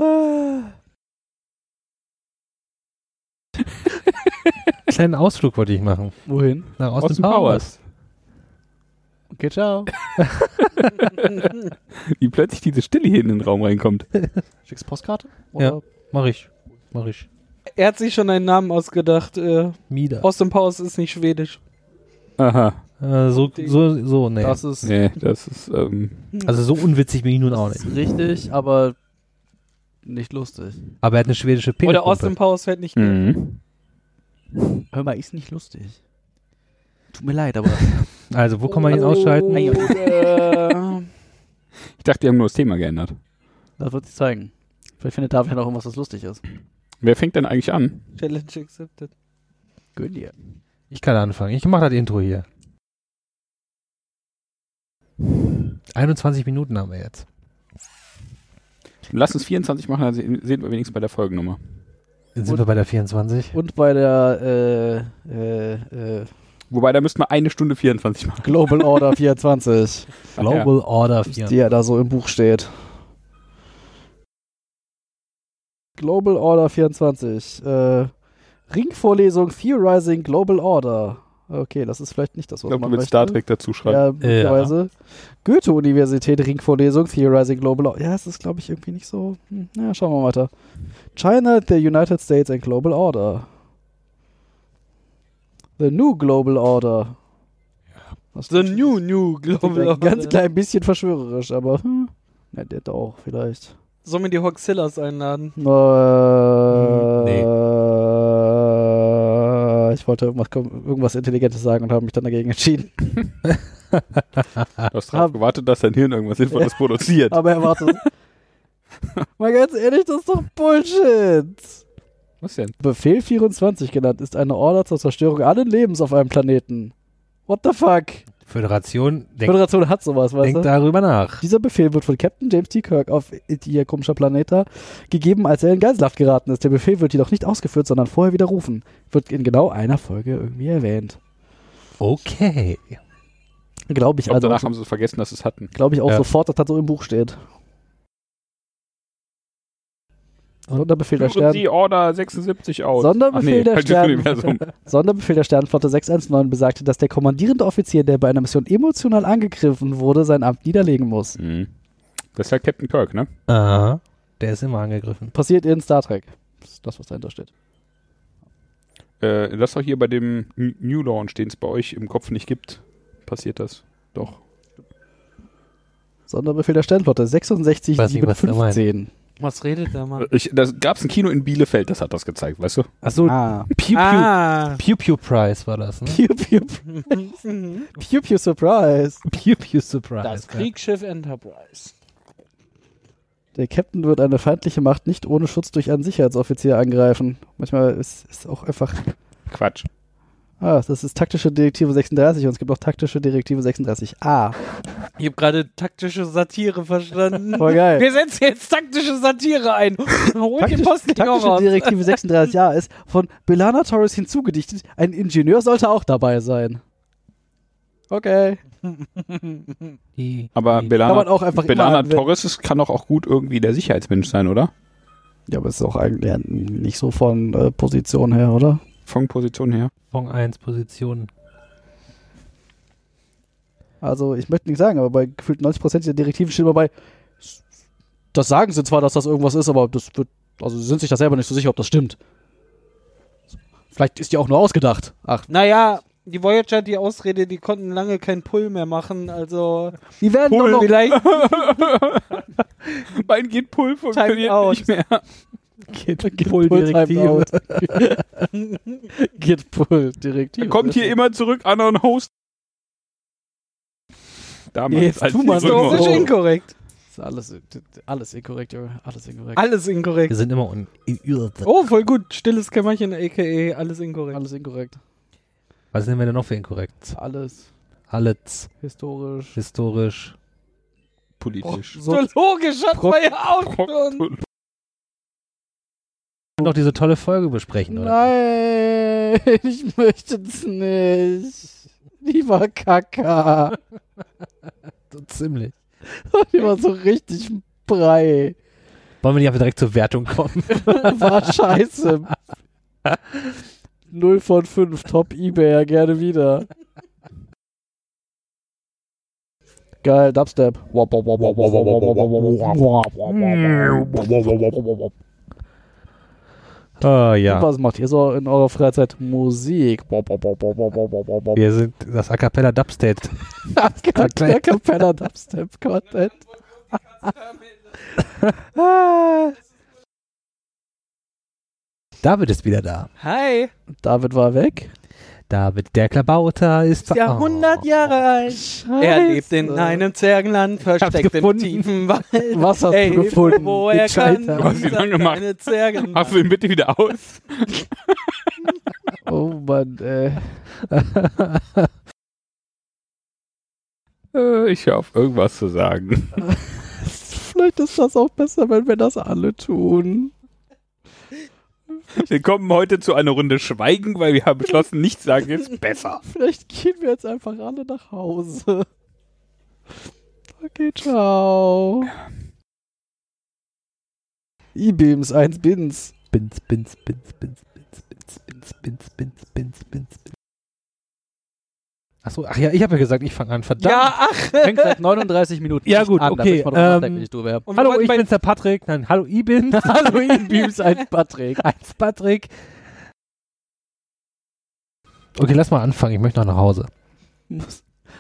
A: Kleinen Ausflug wollte ich machen.
B: Wohin?
A: Nach
E: Austin
A: Austin, Powers.
E: Powers.
B: Okay, ciao.
E: Wie plötzlich diese Stille hier in den Raum reinkommt.
B: Schickst Postkarte?
A: Ja. Mach ich. Mach ich.
D: er hat sich schon einen Namen ausgedacht. Äh,
A: Mieder.
D: Austin Powers ist nicht schwedisch.
E: Aha.
A: Äh, so, so, so, nee.
B: Das ist,
E: Nee, das ist. Ähm,
D: Hm.
B: Also,
A: Also so unwitzig bin ich nun auch nicht.
B: richtig, aber nicht lustig.
A: Aber er hat eine schwedische Penis.
D: Oder Austin Powers fällt nicht
B: Hm.
D: mehr.
C: Mhm.
B: Hör mal, ist nicht lustig. Tut mir leid, aber.
A: Also, wo kann man ihn
D: Oh.
A: ausschalten?
B: äh,
C: Ich dachte, die haben nur das Thema geändert.
B: das wird sich zeigen. Vielleicht findet David ja noch irgendwas, was lustig ist.
C: Wer fängt denn eigentlich an?
D: Challenge accepted.
B: Gönn dir.
A: Ich kann anfangen. Ich mache das Intro hier. 21 Minuten haben wir jetzt.
C: Lass uns 24 machen, dann se- sehen wir wenigstens bei der Folgennummer.
A: Jetzt sind wir bei der 24.
B: Und bei der äh, äh, äh,
C: Wobei, da müssten wir eine Stunde 24 machen.
B: Global Order 24,
A: Global Order 4.
B: die ja da so im Buch steht. Global Order 24. Äh, Ringvorlesung Theorizing Global Order. Okay, das ist vielleicht nicht das,
C: Ich
B: was
C: glaube, du
B: man
C: willst
B: möchte.
C: Star Trek dazu schreiben.
B: Ja, möglicherweise. Goethe-Universität, Ringvorlesung, Theorizing Global Order. Ja, es ist, glaube ich, irgendwie nicht so. Hm, na, schauen wir mal weiter. China, the United States and Global Order. The New Global Order. Das
D: The new, new Global
B: Order.
D: Order.
B: Ganz klein bisschen verschwörerisch, aber hm, ja, der auch vielleicht.
D: Sollen wir die Hoxillas einladen?
B: Äh,
D: Hm,
B: Ich wollte irgendwas, irgendwas Intelligentes sagen und habe mich dann dagegen entschieden.
C: Du hast darauf
B: Hab-
C: gewartet, dass dein Hirn irgendwas Sinnvolles produziert.
B: Aber er wartet. Mal ganz ehrlich, das ist doch Bullshit.
C: Was denn?
B: Befehl 24 genannt ist eine Order zur Zerstörung allen Lebens auf einem Planeten. What the fuck?
A: Föderation,
B: Die
A: denk,
B: Föderation hat sowas, weißt
A: denk
B: du?
A: darüber nach.
B: Dieser Befehl wird von Captain James T. Kirk auf ihr komischer Planeta gegeben, als er in Geiselhaft geraten ist. Der Befehl wird jedoch nicht ausgeführt, sondern vorher widerrufen. Wird in genau einer Folge irgendwie erwähnt.
A: Okay.
B: Glaube ich,
C: Ich glaube,
B: also.
C: danach haben sie es vergessen, dass sie es hatten.
B: Glaube ich auch
A: Ja.
B: sofort, dass das so im Buch steht. Sonderbefehl der
C: Führen
B: Stern.
C: Sie Order 76 aus.
B: Sonderbefehl der
C: falsches
B: Stern.
C: Universum.
B: Sonderbefehl der Sternenflotte 619 besagte, dass der kommandierende Offizier, der bei einer Mission emotional angegriffen wurde, sein Amt niederlegen muss.
C: Mhm. Das ist halt Captain Kirk, ne?
A: Aha. Der ist immer angegriffen.
B: Passiert in Star Trek. Das ist das, was dahinter steht.
C: Äh, das doch hier bei dem N- New Launch, den es bei euch im Kopf nicht gibt, passiert das. Doch.
B: Sonderbefehl der Sternenflotte 66
A: Weiß nicht, was er meint.
B: 715.
D: Was redet der Mann?
C: Ich, das gab es ein Kino in Bielefeld, das hat das gezeigt, weißt du?
A: Achso,
B: Ah.
A: Pew Pew,
D: Ah.
A: Pew Pew Prize war das, ne?
B: Pew Pew, Pew Pew Surprise.
A: Pew Pew Surprise.
D: Das
A: ja.
D: Kriegsschiff Enterprise.
B: Der Captain wird eine feindliche Macht nicht ohne Schutz durch einen Sicherheitsoffizier angreifen. Manchmal ist es auch einfach
C: Quatsch.
B: Ah, das ist taktische Direktive 36 und es gibt auch taktische Direktive 36a.
D: Ich habe gerade taktische Satire verstanden.
B: Voll geil.
D: Wir setzen jetzt taktische Satire ein. Holt den
B: Taktisch,
D: Posten
B: taktische
D: raus.
B: Direktive 36a ist von Belana Torres hinzugedichtet. Ein Ingenieur sollte auch dabei sein. Okay.
A: Die-
C: Aber
A: die-
C: Belana,
B: Kann man auch einfach
C: Belana
B: immer-
C: Torres ist- kann doch auch gut irgendwie der Sicherheitsmensch sein, oder?
B: Ja, aber es ist auch eigentlich ja, nicht so von äh, Position her, oder?
C: Von Position her.
A: Fong 1 Position.
B: Also, ich möchte nicht sagen, aber bei gefühlt 90% der Direktiven steht immer bei, das sagen sie zwar, dass das irgendwas ist, aber das wird, also sie sind sich da selber nicht so sicher, ob das stimmt. Vielleicht ist die auch nur ausgedacht. Ach,
D: Naja, die Voyager, die Ausrede, die konnten lange keinen Pull mehr machen. Also
B: die werden doch noch
D: vielleicht
C: Bein geht Pull
D: Time
C: funktioniert
D: out.
C: nicht mehr.
B: Git
A: Pull Direktive.
B: Git Pull Direktive.
C: Kommt hier immer zurück, anderen Host. Damals,
B: Jetzt tu
C: die
B: mal so.
D: Das ist
C: Römer-
D: inkorrekt.
B: Ist alles, alles inkorrekt, Junge. Alles inkorrekt.
D: Alles
A: Wir
D: inkorrekt.
A: sind immer un.
D: Oh, voll gut. Stilles Kämmerchen, a.k.a. alles inkorrekt.
B: Alles inkorrekt.
A: Was nennen wir denn noch für inkorrekt?
B: Alles
A: Alles
B: historisch.
A: historisch.
C: Politisch.
B: Also
D: So logisch hat
B: Prokt-
D: man ja auch schon.
C: Proktolo-
A: Wir können doch diese tolle Folge besprechen, oder?
B: Nein, ich möchte es nicht. Die war kacka.
A: So ziemlich.
B: Die war so richtig Brei.
A: Wollen wir nicht einfach direkt zur Wertung kommen?
B: War scheiße. 0 von 5, Top Ebayer, gerne wieder. Geil, Dubstep.
F: Wow.
A: Ah
B: Und
A: ja.
B: Was macht ihr so in eurer Freizeit? Musik.
A: Wir sind das A cappella Dubstate.
B: Der Capella Dubstep Content. Ah,
A: David ist wieder da.
D: Hi.
B: David war weg.
A: David, der Klabauter ist ver-
B: Oh.
D: Ja, 100 Jahre alt. Er lebt in einem Zwergenland, versteckt im
A: gefunden.
D: tiefen Wald.
B: Was hast
D: Ey,
B: du gefunden?
D: Wo er kann,
B: Gescheiter.
C: hast du ihn
D: dieser
C: angemacht?
D: kleine Zwergen.
C: Hast du ihn bitte wieder aus?
B: Oh Mann, äh.
C: Äh, ich höre auf, irgendwas zu sagen.
B: Vielleicht ist das auch besser, wenn wir das alle tun.
C: Wir kommen heute zu einer Runde Schweigen, weil wir haben beschlossen, nichts sagen ist besser.
B: Vielleicht gehen wir jetzt einfach alle nach Hause. Okay, ciao. E-Beams, 1 Bins.
A: Bins, bins, bins, bins, bins, bins, bins, bins, bins, bins, bins, bins. Achso, ach ja, ich habe ja gesagt, ich fange an. Verdammt.
D: Ja, ach.
G: Fängt seit 39 Minuten
A: Ja, gut,
G: an, da
A: okay,
G: bin ich mal drüber
A: ähm,
G: nachdenken, wenn ich du wäre.
D: Und wir
A: hallo,
D: wollten
A: ich
D: bei-
A: bin's der Patrick. Nein, hallo, ich bin
G: Hallo, ihr Beams, ein Patrick.
A: als Patrick. Okay, lass mal anfangen. Ich möchte noch nach Hause.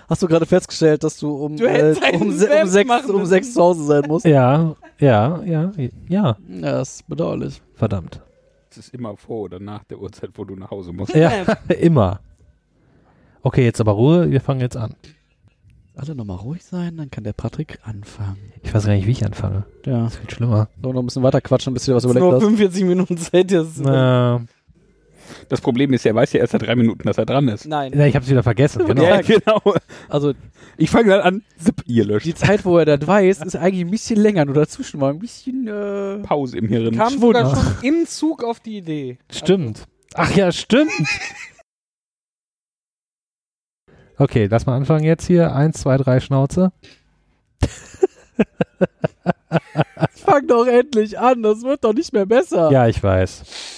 B: Hast du gerade festgestellt, dass du um,
D: Du hättest
B: äh, um,
D: einen
B: se- um,
D: Selbst
B: sechs,
D: machen
B: um
D: müssen.
B: sechs zu Hause sein musst?
A: Ja, ja, ja, ja.
G: Ja, das ist bedauerlich.
A: Verdammt.
C: Es ist immer vor oder nach der Uhrzeit, wo du nach Hause musst.
A: Ja, immer. Okay, jetzt aber Ruhe. Wir fangen jetzt an.
G: Alle nochmal ruhig sein, dann kann der Patrick anfangen.
A: Ich weiß gar nicht, wie ich anfange.
G: Ja.
A: Das wird schlimmer.
G: Sollen wir noch ein bisschen weiter quatschen, bis du dir was überlegt
D: Nur
G: hast?
D: 45 Minuten Zeit jetzt.
A: Äh, Na,
C: Das Problem ist, er weiß ja erst seit drei Minuten, dass er dran ist.
D: Nein.
A: na, ich hab's wieder vergessen. Genau.
C: Ja, genau.
G: Also,
C: Ich fange dann an, zip, ihr löscht.
G: die Zeit, wo er das weiß, ist eigentlich ein bisschen länger. Nur dazwischen war ein bisschen, äh,
C: Pause im Hirn.
D: Kam sogar schon im Zug auf die Idee.
A: Stimmt. Ach ja, stimmt. Okay, lass mal anfangen jetzt hier. Eins, zwei, drei, Schnauze.
G: fang doch endlich an, das wird doch nicht mehr besser.
A: Ja, ich weiß.